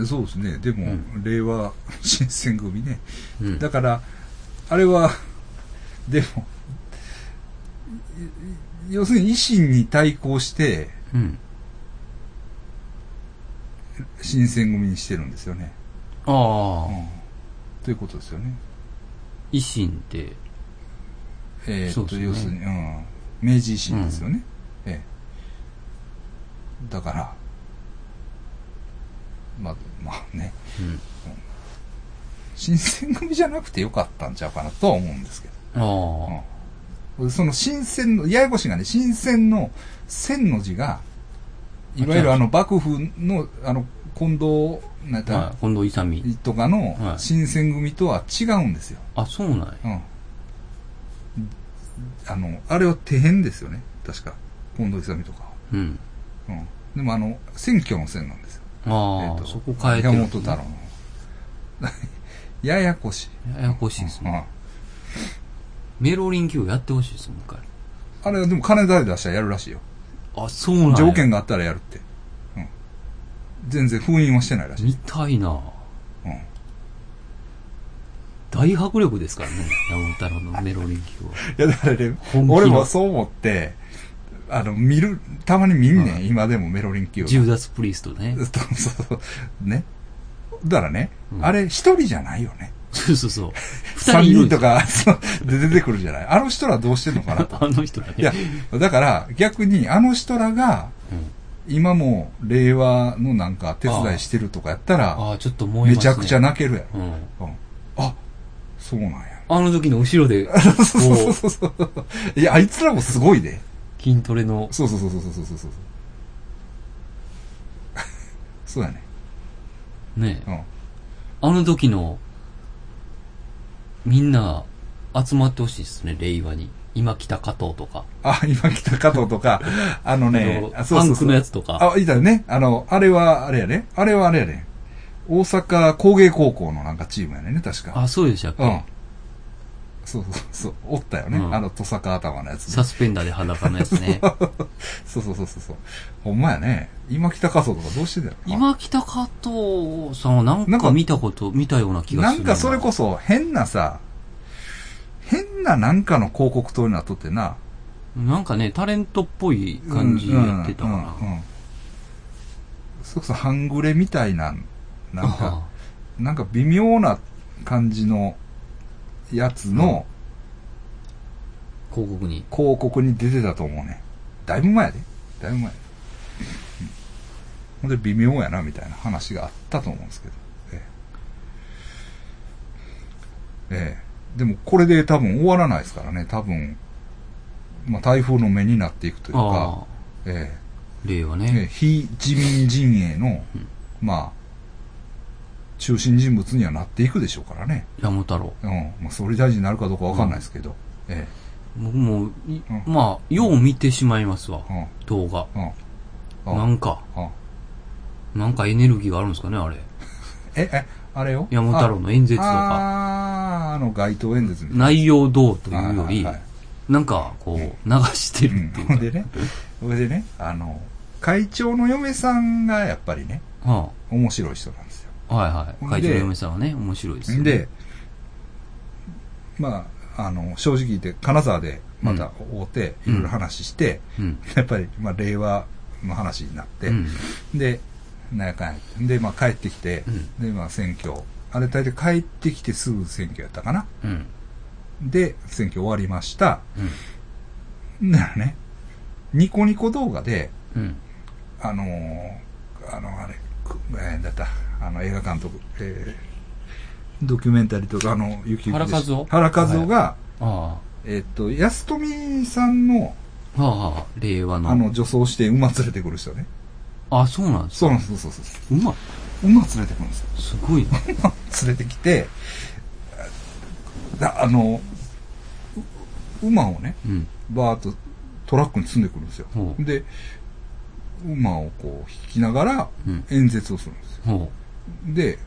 でそうですね。でも、
うん
令和新選組ね。
うん
だから、あれは、でも、いい要するに維新に対抗して、
うん。
新選組にしてるんですよね。
ああ、
ということですよね。
維新って、
えー
そう
っ
です
と、
ね
要するに、うん、明治維新ですよね。ええだから、まあ、まあね、
うん。
新選組じゃなくてよかったんちゃうかなとは思うんですけ
ああ、
ど。その新選の、ややこしいがね、新選の戦の字が、いわゆるあの幕府の、あの、近藤、なんやった
はい、近藤勇。
とか
は
の
い
新選組とは違うんですよ。
あ、そうなんや。
うん。あの、あれは手編ですよね。確か。近藤勇とかは。
うん。
うん。でもあの、選挙の線なんですよ。
あ
えっ
あ、
と
そこ変えてる
山
んで
本
すね、
太郎の。 ややこしい。
ややこしいですね。
うん
メロリン級やってほしいですもん、一回。
あれはでも金誰出したらやるらしいよ。
あ、そうなんや
条件があったらやるって。うん。全然封印はしてないらしい。
見たいな
うん。
大迫力ですからね、山本太郎のメロリン 級は。
いや、だからね
本気、の
俺もそう思って、あの、見る、たまに見んねん。今でもメロリン級
ジューダス・プリーストね。
そうそうそう。ね。だからね、
うん
あれ一人じゃないよね。
そうそ うそう。二
3
人いる
人
んで
と
すよ。
か、そうで出てくるじゃない。あの人らどうしてんのかなと。
あの人がね。
いや、だから逆にあの人らが、今も令和のなんか手伝いしてるとかやったら、
ああ、ちょっと燃え
め
ます
ち
ね。
ゃくちゃ泣けるや
う
ろ。
ん。
うんあ、そうなんや。
あの時の後ろで、こ
そうそう
う、
そうそうそう。いや、あいつらもすごいで。
筋トレの、
そうそうそうそうそうそうそう そう。そうだね。
ね
う、ん。
あの時の、みんな集まってほしいですね、令和に。今来た加藤とか。
あ、今来た加藤とか、あのね、あ
あの
そう
パ
そう
ンク
そう
のやつとか。
あ、いたよね。あの、あれは、あれやね。あれはあれやね。大阪工芸高校のなんかチームやねんね、確か。
あ、そうでしたっけ、
うん。そうそうそう。おったよね。
うん
あの、トサカ頭のやつ、
サスペンダーで裸のやつね。
そうそうそうそうそう。ほんまやね。今北加藤とかどうしてたよ。
今北加藤さんはなん
なんか
か見たこと、見たような気が
な
する
んかそれこ
そ。
そ変なさ、変ななんかの広告塔になっとってな。
なんかね、タレントっぽい感じやってたかな。
うんうんうんそれこそ半グレみたいな、なん か、なんか微妙な感じのやつの
広告に。
広告に出てたと思うね。だいぶ前やで。だいぶ前。うんほんで微妙やなみたいな話があったと思うんですけど。ええ。ええでもこれで多分終わらないですからね。多分、まあ台風の目になっていくという
ああ
か、、ええ。
令和
ね
ね。
非自民陣営の、
うん
まあ、中心人物にはなっていくでしょうからね。
山太郎。
うん。まあ、総理大臣になるかどうかわかんないですけど。え
僕もい、
うん
まあ、よう見てしまいますわ
え。。うん。
動画。
うん。
な
うん
んか、
うん
なんかエネルギーがあるんですかね、あれ。
え、え、あれよ
山太郎の演説とか。
ああー、あの街頭演説みたいな。
内容どうという
はい
より
はいはい、
なんか、こう、流して
う
る
ん
っていう
ほ
か
ん。でね、ほんでね、あの、会長の嫁さんがやっぱりね、
は
面白い人なんですよ。
あはいはい。
ほん
会
で
長の嫁さんはね、面白いですよね。
で、まあ、あの、正直言って、金沢でまた会うて、
うん
いろいろ話して、
うん。
やっぱり、まあ、令和の話になって、
うん。
で、なんやかんやってで、まあ、帰ってきて、で、まあ、選挙、あれ大体帰ってきてすぐ選挙やったかな。
うん。
で、選挙終わりました。
うん。
ならね、ニコニコ動画で、
うん。
あのーあの、あれ、くえー、だった、あの、映画監督、えードキュメンタリーとか、あの、ゆきゆきで
原和夫
原和夫が、
あ
えっと、安富さんの、
あ。はあはあ。令和の。
あの、女装して馬連れてくる人ね。
あ、そうなんです
そうなんです、そうそうそう
うまい。
そう。馬連れてくるんですよ。
すご いな。
連れてきて、ああの、う馬をね、
うん。
バーっとトラックに積んでくるんですよ
ほ。う
で、馬をこう引きながら
うん
演説をするんですよ。
ほ
で、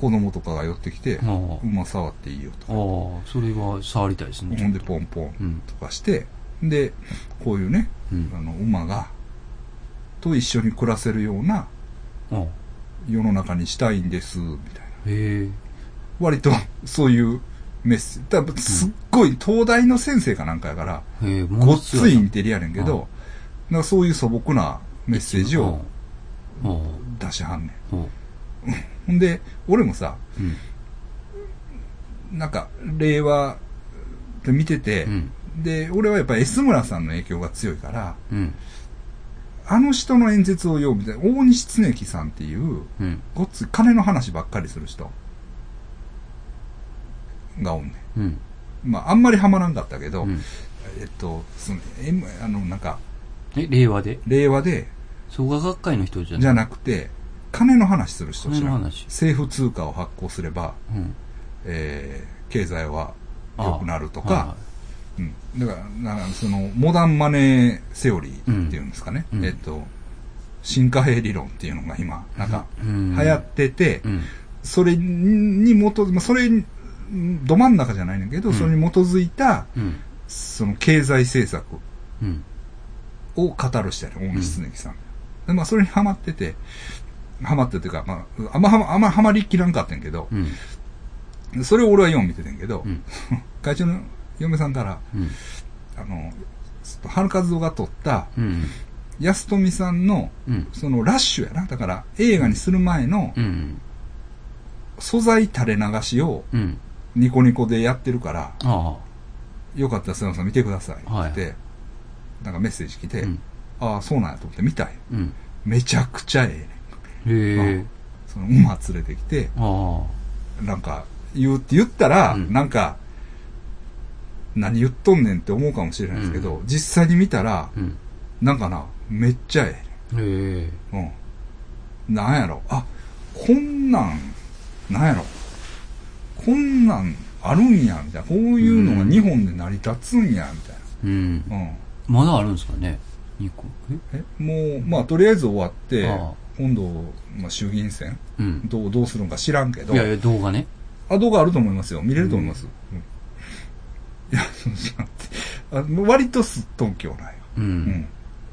子供とかが寄ってきて
う。、は
馬触っていいよと。
あ。ああ、それは触りたいですね。
ほんでポンポン
うん。
とかして、で、こういうね、
うん
あの馬が、と一緒に暮らせるような
ああ。
世の中にしたいんです、みたいな。
へえ。
割とそういうメッセージ。多分すっごい東大の先生かなんかやから、
へえ、
ご
も
っついイ
い
ンテリアやねんけ
うん
ど、なんかそういう素朴なメッセージを。
うんは
出しはんねん。
あ。はあ。
ほんで、俺もさ、
うん。
なんか令和って見てて、
うん。
で、俺はやっぱ S 村さんの影響が強いから、
うん。
あの人の演説をようみたいな、大西恒樹さんっていう、
うん。
ごっつい金の話ばっかりする人がおんね
うん。
ん。まあ、あんまりハマらんかったけど、
うん
えっと、その、M、あの、なんか、
え、令和で
令和で、
創価学会の人じゃ
じゃ
ない
なくて、金の話する人知ら
金の
ん
話
政府通貨を発行すれば、
うん。
えー経済は
ああ
良くなると
はいは
か、うん。だから、なんかその、モダンマネーセオリーっていうんですかね。
うん
えっと、新貨幣理論っていうのが今、なんか、
いうん。
流行ってて、
うん。
それに基づ、まあそれに、ど真ん中じゃないねんだけど、
うん
それに基づいた、
うん。
その経済政策
うん。
を語る人やね、大西恒樹さん。で、まあ、それにハマってて、ハマってていうか、まあ、あんまハマ、あんまハマりきらんかったんやけど
う、ん。
それを俺はよう見ててんけど、
うん。
会長の嫁さんから、
うん。
あの、春和夫が撮った、
うん。
安富さんの、
うん。
そのラッシュやな。だから、映画にする前の
うん。
素材垂れ流しを
うん。
ニコニコでやってるから、
あ
よかったら、す山さん見てください。って言って、
は
なんかメッセージ来
あ。
て、
うん。
ああ、そうなんやと思って見たい。
うん。
めちゃくちゃええねん。
へえ。
その馬連れてきて、
あ
なんか、言うって言ったら、
うん
なんか、何言っとんねんって思うかもしれないですけど、実際に見たら
あ。、うん。
なんかな、めっちゃえ
へえ。
えねん。うん。なんやろ、あ、こんなん、なんやろ、こんなんあるんや、みたいな。こういうのが日本で成り立つんや、みたい
うん。
な。うん。
まだあるんですかね ?2 個。え
えもう、まあ、とりあえず終わって
ああ、
今度、まあ、衆議院選
うん。
どう、どうするのか知らんけど
い、やいや、動画ね。
あ、動画あると思いますよ。見れると思います。うんいや、そうじゃなくてあの割とすっとんきょうなんよ。
うん。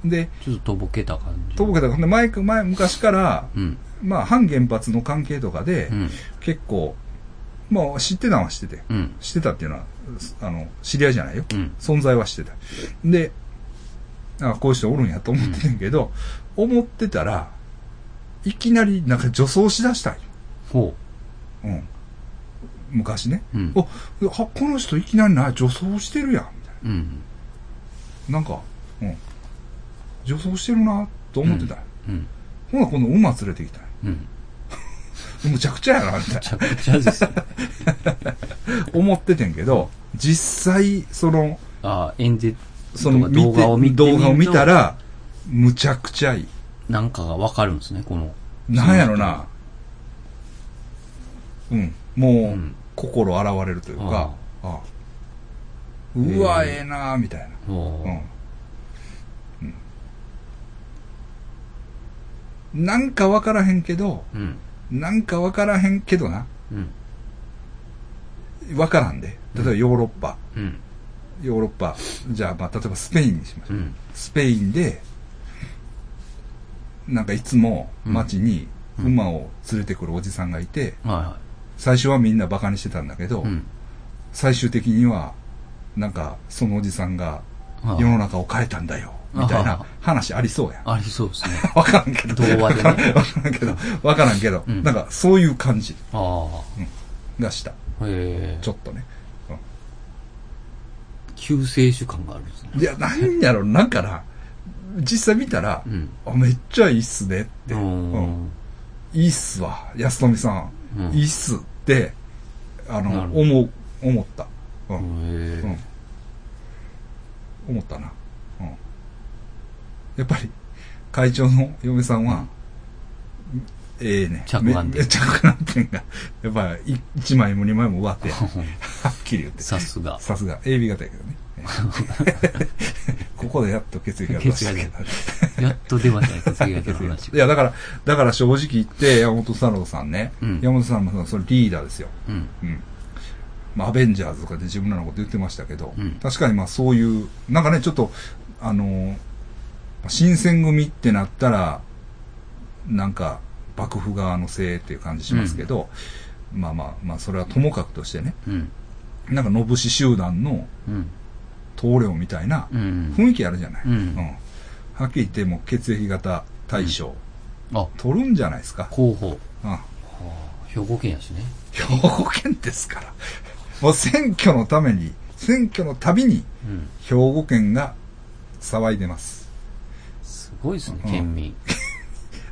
うん。で、
ちょっととぼけた感じ。
とぼけたから、前、前、昔から、
うん。
まあ、反原発の関係とかで
う、ん。
結構、まあ、知ってたのは知ってて。
うん。
知ってたっていうのは、すあの、知り合いじゃないよ。
うん。
存在はしてた。で、あこういう人おるんやと思ってんけど、思ってたら、いきなりなんか女装しだしたんよ。
ほ
うん。昔ね。
う。うん。
お、あこの人いきなりな、女装してるやん。みたい
うん。
な。なんか、うん。女装してるな、と思ってたんよ。
うん。
ほな、今度馬連れてきたんよ
うん。
むちゃくちゃやな、みたいな
め。ちゃくちゃですね。
思っててんけど、実際、その、
ああ、演説
その、
とか動画を見て
動画を見た
ら、
ら、むちゃくちゃいい。
なんかがわかるんですね、この。
なんやろな。うん。もう、
ん
心洗われるというか、ああうわ、ええなあみたいな。う
お
ん
ー。
うんなんかわからへんけど、
うん。
なんかわからへんけどな。
うん。
わからんで。例えばヨーロッパ。
うん。
ヨーロッパ。じゃあ、まあ、例えばスペインにしまし
う
ょう。
ん。
スペインで、なんかいつも街に
うん
馬を連れてくるおじさんがいて、
は
最初はみんなバカにしてたんだけど、
いはい。うん。
最終的には、なんか、そのおじさんが
あ
世の中を変えたんだよ、
あ
みたい
あ
な話ありそうやん。
ありそうですね。
わからんけど。
童話でね
わからんけど、わからんけど、
うん
なんかそういう感じ
あ
がした。
あ。へえ
ち。ょっとね。
救世主感があるんですね。
いや、なんやろ、なんかな、実際見たら
う、ん。
あ、めっちゃいいっすねって。
う
うん
ん。
いいっすわ、安富さ。
うんん
いいっすって、あの
なる、ほど
思う、思った。う
へ
ん。
え
うん。思ったな。うん。やっぱり、会長の嫁さんは、ええね。
着眼点
め着眼点が。やっぱり、い一枚も二枚も上手や。はっきり言って。
さすが。
さすが、AB 型やけどね。ここでやっと血液が出したけどね。
やっと出ましたね、次が出る話
いや、だから、だから正直言って、山本太郎さんね。
うん
山本太郎さんはそれリーダーですよ。
うん。
うん。まあ、アベンジャーズとかで自分らのこと言ってましたけど、
うん
確かにまあそういう、なんかね、ちょっと、あのー新選組ってなったら、なんか、幕府側のせいっていう感じしますけど、まあまあまあ、それはともかくとしてね、
うん。
なんか、信氏集団の
うん。
棟梁みたいな
うん。
雰囲気あるじゃない。
うん
はっきり言って、もう血液型対象、
あ、
取るんじゃないですか。
候補。
うん
あー兵庫県やしね。
兵庫県ですから。もう選挙のために、選挙のたびに、
うん。
兵庫県が騒いでます。
すごいですね
う、ん
県民。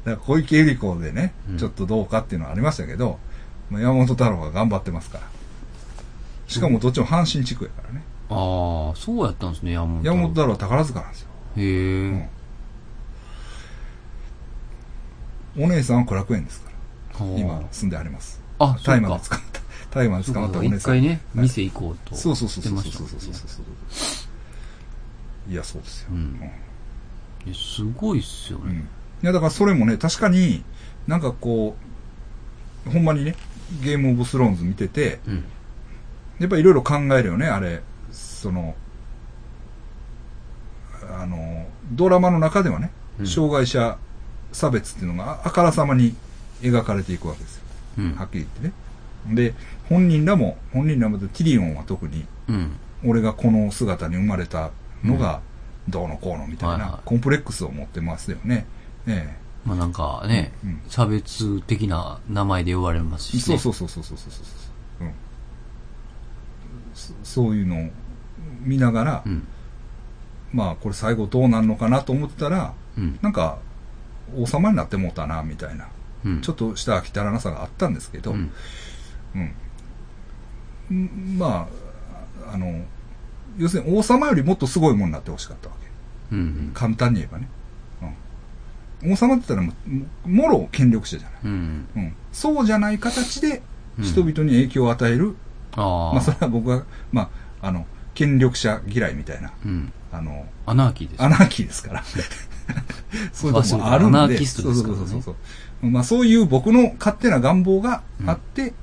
だから小池百合子でね、
うん
ちょっとどうかっていうのはありましたけど、まあ山本太郎が頑張ってますから。しかもどっちも阪神地区やからね。
ああ、そうやったんですね、山本太郎。
山本太郎は宝塚なんですよ。
へえ。
お姉さんは苦楽園ですから。
あ
今
ー
住んであります。
あ、そ
大
う
麻
か
で。捕まった。大麻で
そう
捕まった
か
お姉
一
さん。
回ね、
はい
店行こうと。
そうそうそうそう
言っ
そう
てました
そうそう
もんね
そういや、そうですよ。
うんいやすごいっすよ
うん
ね。
いや、だからそれもね、確かに、なんかこう、ほんまにね、ゲームオブスローンズ見てて、
うん。
やっぱいろいろ考えるよね、あれ。その、あの、ドラマの中ではね、
うん
障害者差別っていうのがああからさまに描かれていくわけですよ。
うん。
はっきり言ってね。で、本人らも、本人らも、ティリオンは特に、
うん。
俺がこの姿に生まれたのが、どうのこうのみたい
はいは、
ないコンプレックスを持ってますよね。ええ。
まあなんかね、
うん
差別的な名前で呼ばれますし、ね。
そうそうそうそうそうそうそうそう、うん、そそういうのを見ながら、
うん。
まあこれ最後どうなんのかなと思ってたら
うん。
なんか王様になってもうたなみたいな
うん。
ちょっとした飽き足らなさがあったんですけど、
うん。
うんんまああの要するに王様よりもっとすごいものになってほしかったわけ
うんうん。
簡単に言えばね、うん、王様って言ったらもうもろ権力者じゃない、
うん。
うん、そうじゃない形で
うん
人々に影響を与える、
ああ。
まあそれは僕は、まあ、あの権力者嫌いみたいな
うん。
あの
アナーキーです。
アナーキーですから そういうとこもあるんで
アナーキストですからね
そうそうそうそう、まあ、そういう僕の勝手な願望があって、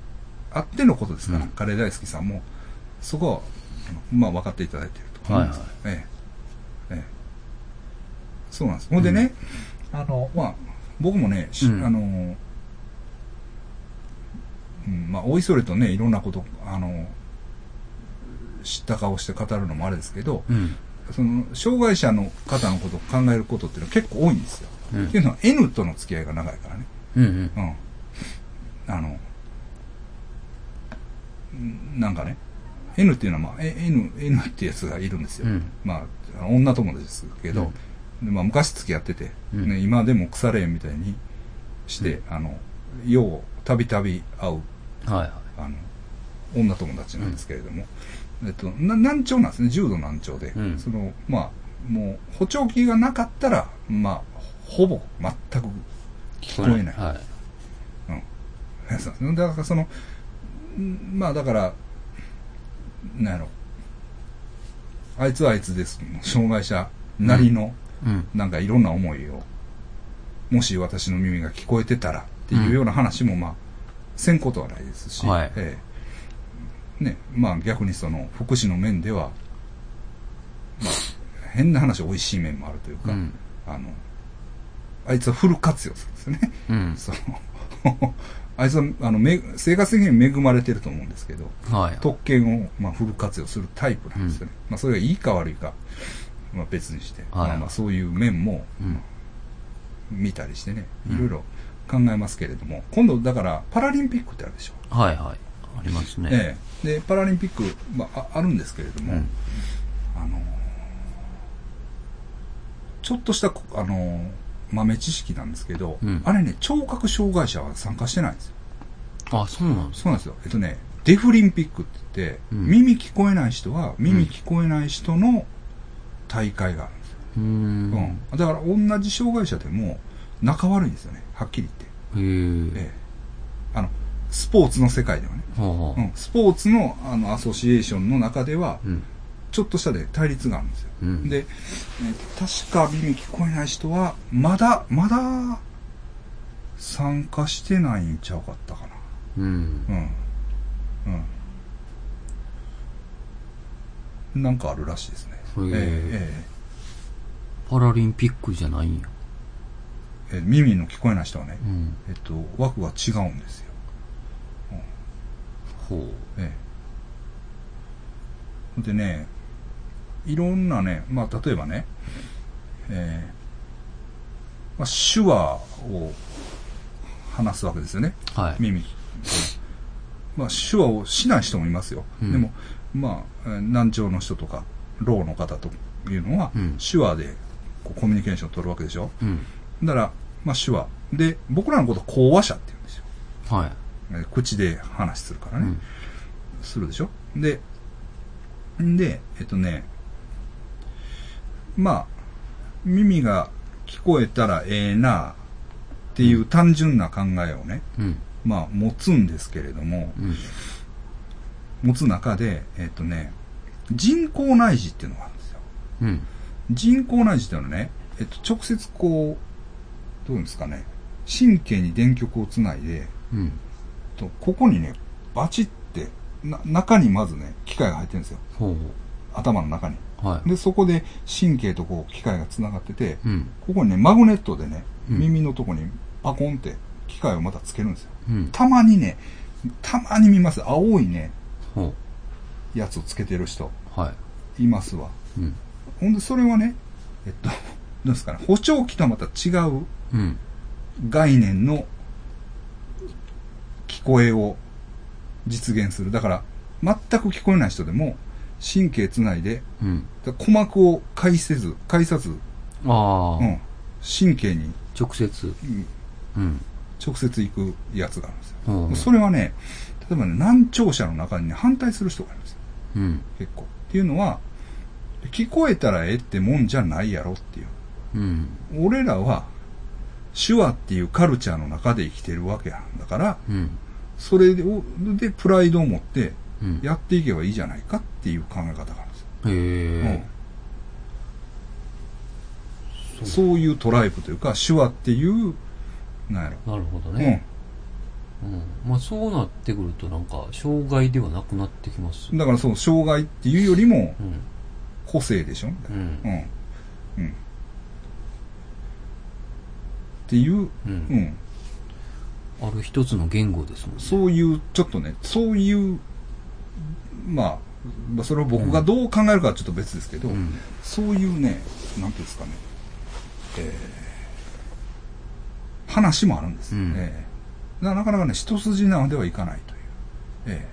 あってのことですから、
うん
カレー大好きさんもそこはあのまあ分かっていただいていると
はいはい
ええええそうなんですほんでね、あのまあ僕もね、し
うん
あのうんまあおいそれとねいろんなことあの知った顔して語るのもあれですけど、
うん。
その障害者の方のことを考えることっていうのは結構多いんですよ。
う
っ
ん
て。いうのは N との付き合いが長いからね。
うんうん。
うん。あの、んなんかね、N っていうのは、まあ、え N、N ってやつがいるんですよ。
うん
まあ、女友達ですけど、でまあ、昔付き合ってて、
うん
ね、今でも腐れ縁みたいにして、あの、よう、たびたび会う、
はいはい。
あの、女友達なんですけれども、えっと、な難聴なんですね、重度難聴で、
うん
その、まあ、もう、補聴器がなかったら、まあ、ほぼ、全く聞こえない。
はい。
やつなんですねだからその、んまあだから、なんやろ、あいつはあいつです、障害者なりの、
うん。
なんかいろんな思いを、もし私の耳が聞こえてたらっていうような話も、まあ、せんことはないですし、
はい
ええね、まあ逆にその、福祉の面では、まあ、変な話、美味しい面もあるという
う
か、
ん。
あの、あいつはフル活用するんですよね。
うん。
その あいつはあのめ生活的に恵まれてると思うんですけど
はい。
特権を、まあ、フル活用するタイプなんですよね、まあ、それがいいか悪いか、まあ、別にして、
はい
まあ、まあそういう面も
うん。
見たりしてね
うん
いろいろ考えますけれども、今度だからパラリンピックってあるでしょ、
はいはい。ありますね。
ええ、でパラリンピック、まあ、ああるんですけれども、
うん
あのちょっとしたこあの豆知識なんですけど、
うん
あれね聴覚障害者は参加してないんですよ
あ、そうなんですか
そうなんですよ。えっとね、デフリンピックって言って、
うん
耳聞こえない人は、耳聞こえない人の大会があるんですよ。
うー。
うんん。だから、同じ障害者でも、仲悪いんですよね。はっきり
へ
言って。
え。
ええ。あの、スポーツの世界ではね。
はあは
う
あ
ん。スポーツの、あの、アソシエーションの中では
う、ん。
ちょっとしたで対立があるんですよ。
うん。
で、え確か耳聞こえない人は、まだ、まだ、参加してないんちゃうかったかな。
うん
う。んうんなんかあるらしいですね。
へ
え
ー
え
パラリンピックじゃないんや。
えええ耳の聞こえない人はね
う、ん。
えっと、枠が違うんですよ。
ほう。
ええでね、いろんなね、まあ、例えばね、ええまあ、手話を話すわけですよね。
はい。
耳、まあ、手話をしない人もいますよ、
うん
でも、まあ、えー難聴の人とかろうの方というのは、
うん
手話でこうコミュニケーションを取るわけでしょ
うん。
だから、まあ、手話で僕らのことを講話者って言うんですよ、
はい。
えー口で話するから
う
ね、
ん。
するでしょででえっとねまあ耳が聞こえたらええなあっていう単純な考えをね、
うん。
まあ、持つんですけれども、
うん。
持つ中で、えっとね、人工内耳っていうのがあるんですよ。
うん。
人工内耳っていうのはね、えっと、直接こう、どうですかね、神経に電極をつないで、えっ
うん。
とここにね、バチって、な中にまずね、機械が入ってるんですよ。
ほう
頭の中に。
ほう。はい。
で、そこで神経とこう、機械がつながってて、
うん。
ここにね、マグネットでね、
うん
耳のとこにパコンって機械をまたつけるんですよ。
うん。
たまにね、たまに見ます。青いね、
ほ
やつをつけてる人、
う。はい
ますわ。
い。うん。
ほんで、それはね、えっと、なんですかね、補聴器とはまた違う
うん。
概念の聞こえを実現する。だから、全く聞こえない人でも、神経つないで、
うん。
だから鼓膜を介せず、介さず、
ああ、
うん、神経に
直接。
うん
うん。
直接行くやつがあるんですよ。
うん
それはね、例えばね、難聴者の中にね、反対する人がいるんですよ。
うん。
結構。っていうのは、聞こえたらええってもんじゃないやろっていう。
うん。
俺らは、手話っていうカルチャーの中で生きてるわけなんだから、
うん。
それをでプライドを持って
うん。
やっていけばいいじゃないかっていう考え方があるんですよ。
へえ。
うん、そういうトライブというか、手話っていう、なんやろ。
なるほど
う
ね。うん。まあそうなってくるとなんか、障害ではなくなってきます
ん。。だからその障害っていうよりも
うん。
個性でしょみ
う
たい
ん。
な。うん。うん。っていう、
う。
うんん。
ある一つの言語ですもんね。
そういう、ちょっとね、そういう、まあ、まあそれを僕がどう考えるかはちょっと別ですけど、
うん。
そういうね、なんていうんですかね、えー話もあるんです、
うん
えーだからなかなかね、一筋縄ではいかないという。え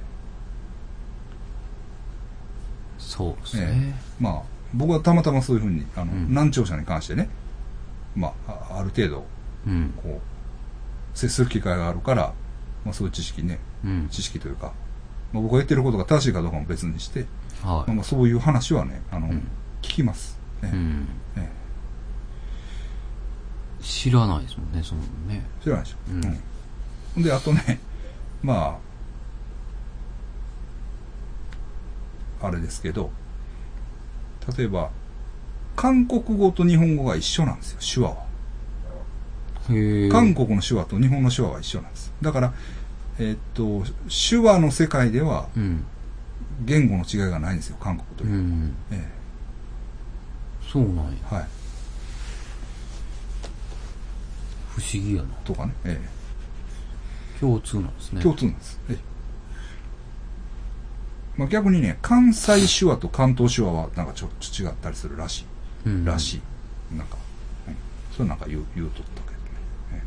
そうです
ーえ
ね。
ーまあ、僕はたまたまそういうふうに、あの、
うん
難聴者に関してね、まあ、あある程度、
うん。
こう、接する機会があるから、まあそういう知識ね、
うん。
知識というか、まあ、僕が言ってることが正しいかどうかも別にして、
は
まあ、まあそういう話はね、あの、
うん
聞きます。ね
い。うん。
え
知らないですもんね、そのね。
ー知らないでしょ。
うん
うんで、あとね、 まあ、あれですけど、例えば、韓国語と日本語が一緒なんですよ、手話は。
へえ。
韓国の手話と日本の手話は一緒なんです。だから、えーっと、手話の世界では
うん。
言語の違いがないんですよ、韓国と
う
いう。
ん。
え
そうなんや。
えはい。
不思議やな。
とかね。ええ
共通なんですね。
共通なんです。ええまあ、逆にね、関西手話と関東手話はなんかちょっと違ったりするらし
うん
い。らしい。なんか、うん、それなんか言う言うとったけどね。ええ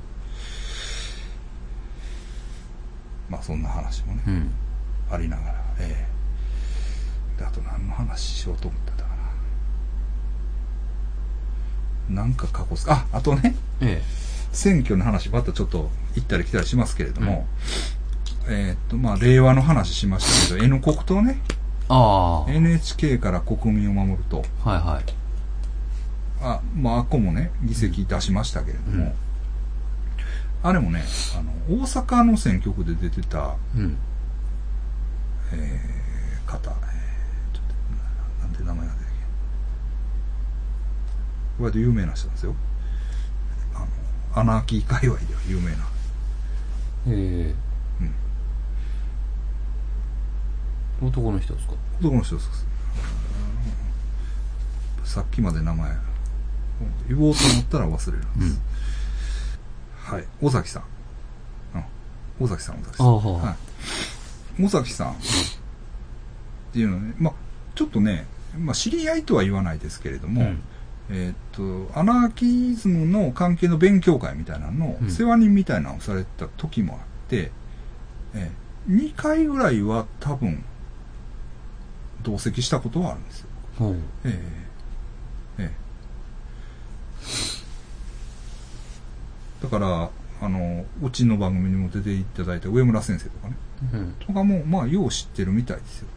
まあそんな話もね、
うん。
ありながら。ええであと何の話しようと思ってたかな。なんか過去す、あ、あとね、
え
選挙の話、またちょっと行ったり来たりしますけれども、えーっと、まあ、令和の話しましたけど、N 国とね、
え。あ
NHK から国民を守ると、
あ。はいはい。
あ、まあ、あっこもね、議席出しましたけれども、
うん
あれもね、あの、大阪の選挙区で出てた、
うん。
えー方、えーちょっと、ななんて名前が出てきた割と有名な人なんですよ。あの、アナーキー界隈では有名な。
え
う
え。
ん
男の人ですか
男の人ですさっきまで名前言おうと思ったら忘れるんです、はい尾崎さん、うん、尾崎さん尾崎さん
ああはあ
はい、尾崎さんっていうのはねまあちょっとね、まあ、知り合いとは言わないですけれども、
うん
えーっとアナーキズムの関係の勉強会みたいなの
うん
の世話人みたいなのをされてた時もあって、え2回ぐらいは多分同席したことはあるんですよ。
ほう。
ええええだからあのうちの番組にも出ていただいた上村先生とかね
うん。
とかもまあよう知ってるみたいですよ。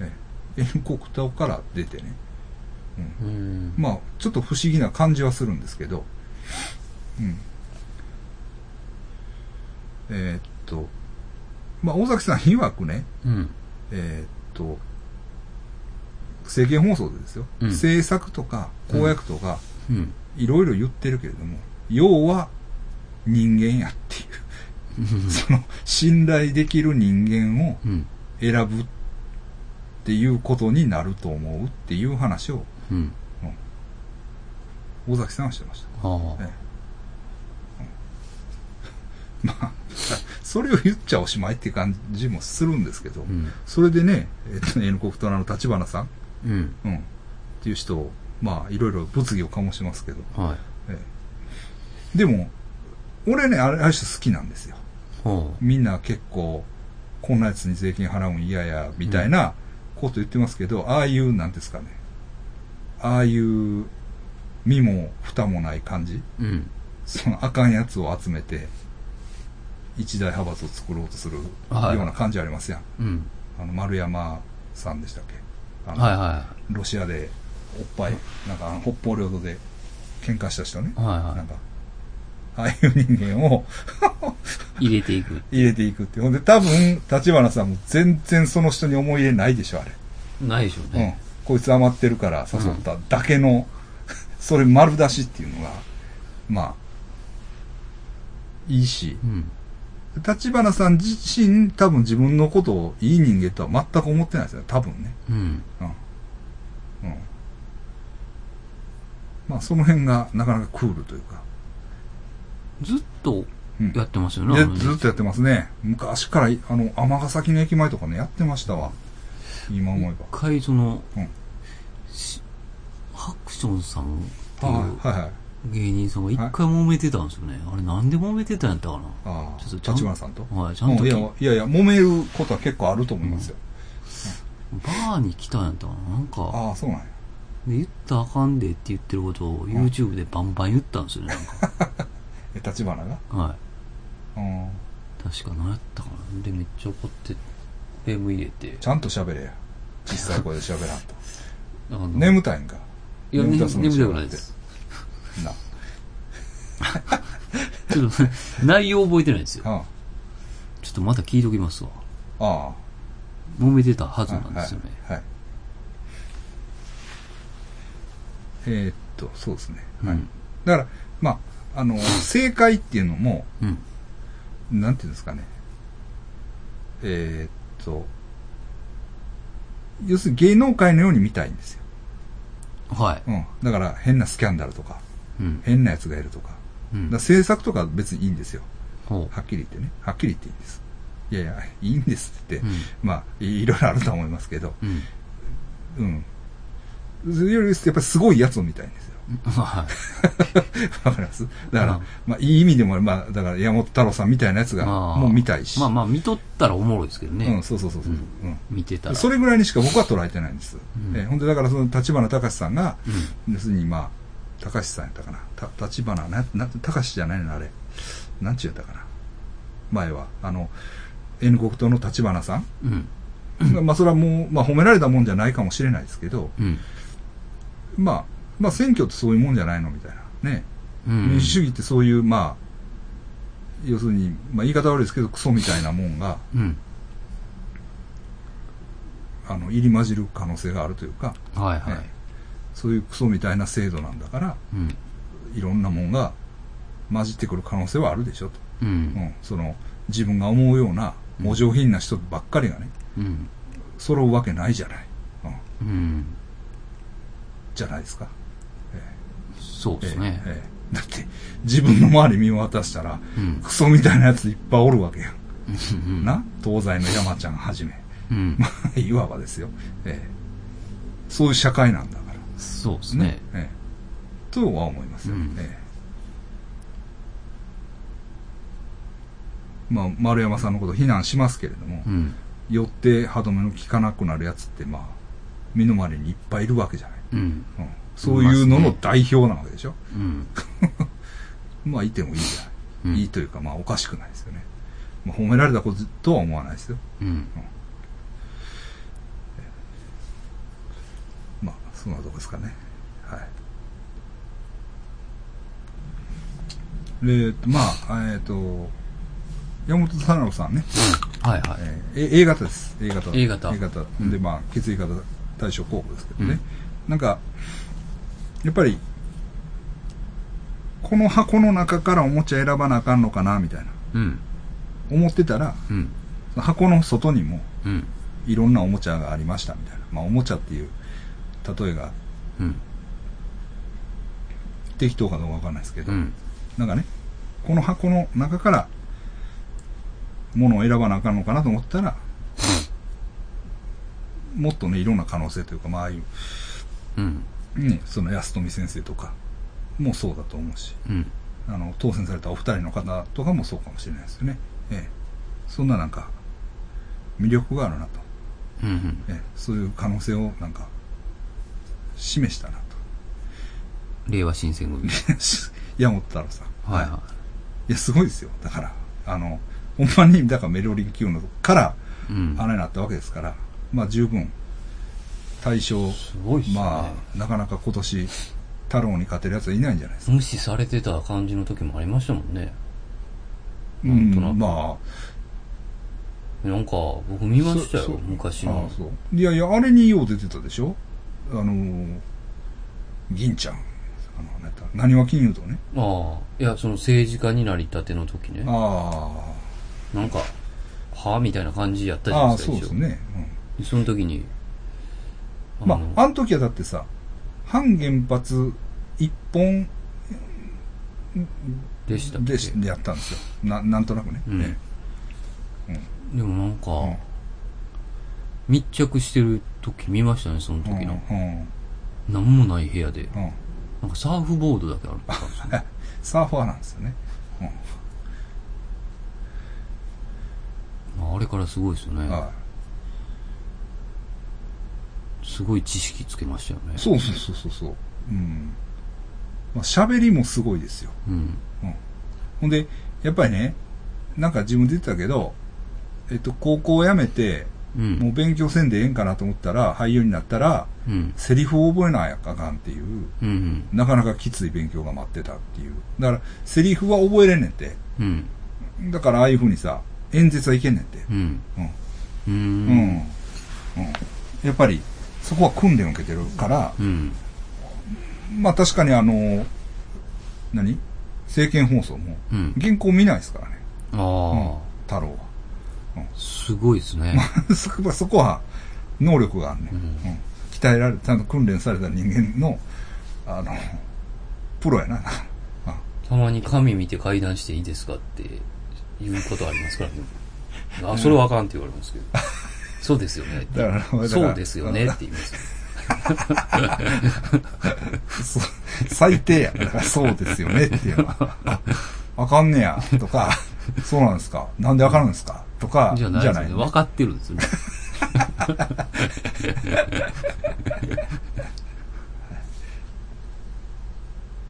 ええ、遠国党から出てね。うん
うん。
まあ、ちょっと不思議な感じはするんですけど、うん。えーっと、まあ、大崎さん曰くね、
うん。
えーっと、政見放送でですよ、
うん
政策とか公約とか、
うん。
いろいろ言ってるけれども、要は人間やっていう、その、信頼できる人間を
うん。
選ぶっていうことになると思うっていう話を、
うん。
大崎さんはしてました。
ああ。
ええ まあ、それを言っちゃおしまいって感じもするんですけど、
うん。
それでね、えっと、N 国トナの立花さん、
うん。
うん、っていう人を、まあ、いろいろ物議を醸しますけど、
はい。
ええでも、俺ね、あれ、あれ人好きなんですよ。
ほ
みんな結構、こんなやつに税金払うん嫌や、みたいなこと言ってますけど、ああいう、なんですかね。ああいう、身も蓋もない感じ。
う。うん。
そのあかんやつを集めて、一大派閥を作ろうとするよう
はい
な感じありますやん。
うん。
あの、丸山さんでしたっけあの、
はいは
ロシアで、おっぱい、なんかあの、北方領土で喧嘩した人ね
い。。はい
な
は
んか、ああいう人間を
い。入れていく。
入れていくって。ほんで、多分、立花さんも全然その人に思い入れないでしょ、あれ。
ないでしょう
うん
ね。。
こいつ余ってるから誘っただけの、それ丸出しっていうのが、まあ、いいし。
うん。
立花さん自身、多分自分のことをいい人間とは全く思ってないですよ、多分ね。
うん。
うん。うん。まあ、その辺がなかなかクールというか。
ずっと
うん
やってますよね。あ
で、
のね
ずっとやってますね。昔から、あの、尼崎の駅前とかね、やってましたわ。今思え
一回その、
うん
しハクションさんって
ば。はい、
い
はい、はい。
う芸人さんが一
はい
回揉めてたんですよね。あれなんで揉めてたんやったか
ああ、
ちょっとちゃん
立花さんと。
なはい、ちゃ
うんん
と
い
き
や
バ
いやいや、揉めることは結構あると思いますよ。
ーに来たんやったかななんか、
ああ、そうなんや。
で言ったらあかんでって言ってることを YouTube でバンバン言ったんですよね。なんか
え、立花が。
は
うん。
い。確か何やったかなで、めっちゃ怒って、フェム入れて。
ちゃんと喋れや。小さい声で喋らんと。
あの
眠たいんか。
いや、
眠
眠
た
た
そう
く
にしてもら
な
っ
い
て
です。
な。
ちょっと、内容覚えてないですよ。
あ
ちょっとまた聞いときますわ。
あ。あ
揉めてたは
あ。
ずなんですよね。
はい。はいえーっと、そうですね。
うん
だから、まあ、あの、正解っていうのも、
うん。
なんていうんですかね。えーっと、要するに芸能界のように見たいんですよ。
はい。
うん。だから変なスキャンダルとか、
うん。
変な奴がいるとか。
う
だ
ん
から制作とかは別にいいんですよ。
ほ
はっきり言ってね。はっきり言っていいんです。いやいや、いいんですって言っ
う。う
て、
ん。
まあ、いいろいろあると思いますけど、
うん。
うん。それより、やっぱりすごいやつを見たいんですよ。
は
わかりますだから、
うん
まあ、いい意味でも、まあ、だから、山本太郎さんみたいなやつ
い。
が、
まあ
もう見たいし。
まあまあ、見とったらおもろいですけど
うん、
ね。
そうそうそうそう。うん
見てたら。
それぐらいにしか僕は捉えてないんです。
うん
えー本当だからその立花隆さんが、
う
要するにまあ、隆さんやったかな。た立花、な、な、隆じゃないのあれ。なんちゅうやったかな。前は、あの、N 国党の立花さん。
ん。うん。
まあそれはもう、まあ褒められたもんじゃないかもしれないですけど、
うん。
まあ、まあ選挙ってそういうもんじゃないのみたいな。ね。
うん。
民主主義ってそういう、まあ、要するに、まあ言い方悪いですけど、クソみたいなもんが、
うん。
あの、入り混じる可能性があるというか、
はいは
はいい。、そういうクソみたいな制度なんだから
うん。
いろんなもんが混じってくる可能性はあるでしょと、
う。
うんん、その自分が思うようなお上品な人ばっかりがね
うん。
揃うわけないじゃない、うん、
うん。
じゃないですか、
そうですね。
ええだって自分の周り見渡したら
うん。
クソみたいなやついっぱいおるわけやん、
うん。
な東西の山ちゃんはじめ
うん
ま。あいわばですよ、ええそういう社会なんだから
そうですね。
ええとは思いますよ、
うん
ええまあ、丸山さんのことを非難しますけれども、
うん。
よって歯止めの効かなくなるやつって、まあ、身の回りにいっぱいいるわけじゃない。
うん。
うん、そういうの
いま
の
すね
代表なわけでしょ。
うん。
まあ、いてもいいじゃない。
うん
いいというか、まあ、おかしくないですよね。まあ、褒められたこととは思わないですよ。
うん。
まあ、そんなとこですかね。はい。でえっと、まあ、えっと、山本太郎さんね、
はいはい。
えー A A 型です。A 型。
A 型うん
で、まあ、血液型対象候補ですけど
う
ね
ん。
なんか、やっぱり、この箱の中からおもちゃ選ばなあかんのかな、みたいな。
うん。
思ってたら、
うん。
その箱の外にも
うん。
いろんなおもちゃがありました、みたいな。まあ、おもちゃっていう例えが
うん。
適当かどうかわかんないですけど、
うん。
なんかね、この箱の中から、ものを選ばなあかんのかなと思ったら、もっとね、いろんな可能性というか、まあ、ああいう、
うん。
ね、その安富先生とかもそうだと思うし、
うん。
あの当選されたお二人の方とかもそうかもしれないですよね、ええ、そんななんか魅力があるなと、
うんうん
ええ、そういう可能性をなんか示したなと
令和新選組。
山本太郎さん
はいはい
やすごいですよだからあのほんまにだからメロリン級のから
い。うん。
あれになったわけですからまあ十分対象
すごいっすね。
まあなかなか今年太郎に勝てるやつはいないんじゃないですか
無視されてた感じの時もありましたもんね。
う
なんとなく
ん、まあ
なんか、僕見まし
そ
たよ
そ、
昔
ああ
の。
そういやいやあれによう出てたでしょあのー銀ちゃんあの何やった何は金融とね
ああ。いや、その政治家になりたての時ね。
あ
なんか、はあみたいな感じやった
あ
じゃ
あ
ない
あ
ですか、
そうです
一
ね、
応。その時に。
うん、ま
の
ああの時はだってさ反原発一本
でしたっけ
でしやったんですよななんとなくね、
うん
え
でもなんか、
えうん
密着してる時見ましたね、その時の。
うんうん
なんもない部屋で。
うん
なんかサーフボードだけあるって感じ。
サーファーなんですよね、うん
まああれからすごいですよね。
は
すごい知識つけましたよね
い、。そうそうそうそうそううんまあ喋りもすごいですよ
うん。
ほんで、やっぱりね、なんか自分で言ってたけど、えっと、高校を辞めて、
う。
もうん勉強せんでええんかなと思ったら、俳優になったら、
うん。
セリフを覚えなあかんっていう、
うん。うん。
なかなかきつい勉強が待ってたっていう。だから、セリフは覚えれんねんて。
うん。
だから、ああいう風にさ、演説はいけんねんて。
うん。
うん。う
う。
んん。うん。やっぱり、そこは訓練を受けてるから、
うん。
まあ確かにあの、何政見放送も、
うん。
原稿見ないですからね。うん
あ
太郎は。
あ、すごいですね。
そこは、そこは能力があるね、
う
うんん鍛えられ、ちゃんと訓練された人間の、あの、プロやな。 あ
たまに紙見て会談していいですかって言うことありますからね。あ、それはあかんって言われますけど。そうですよねって。
だからだから
そうですよねって言いますよ。
そ最低や。だからそうですよねっていうのは。 ああかんねや、とか、そうなんですか。なんでわかるんですかとか、
じゃないですよね。分かってるんですよね。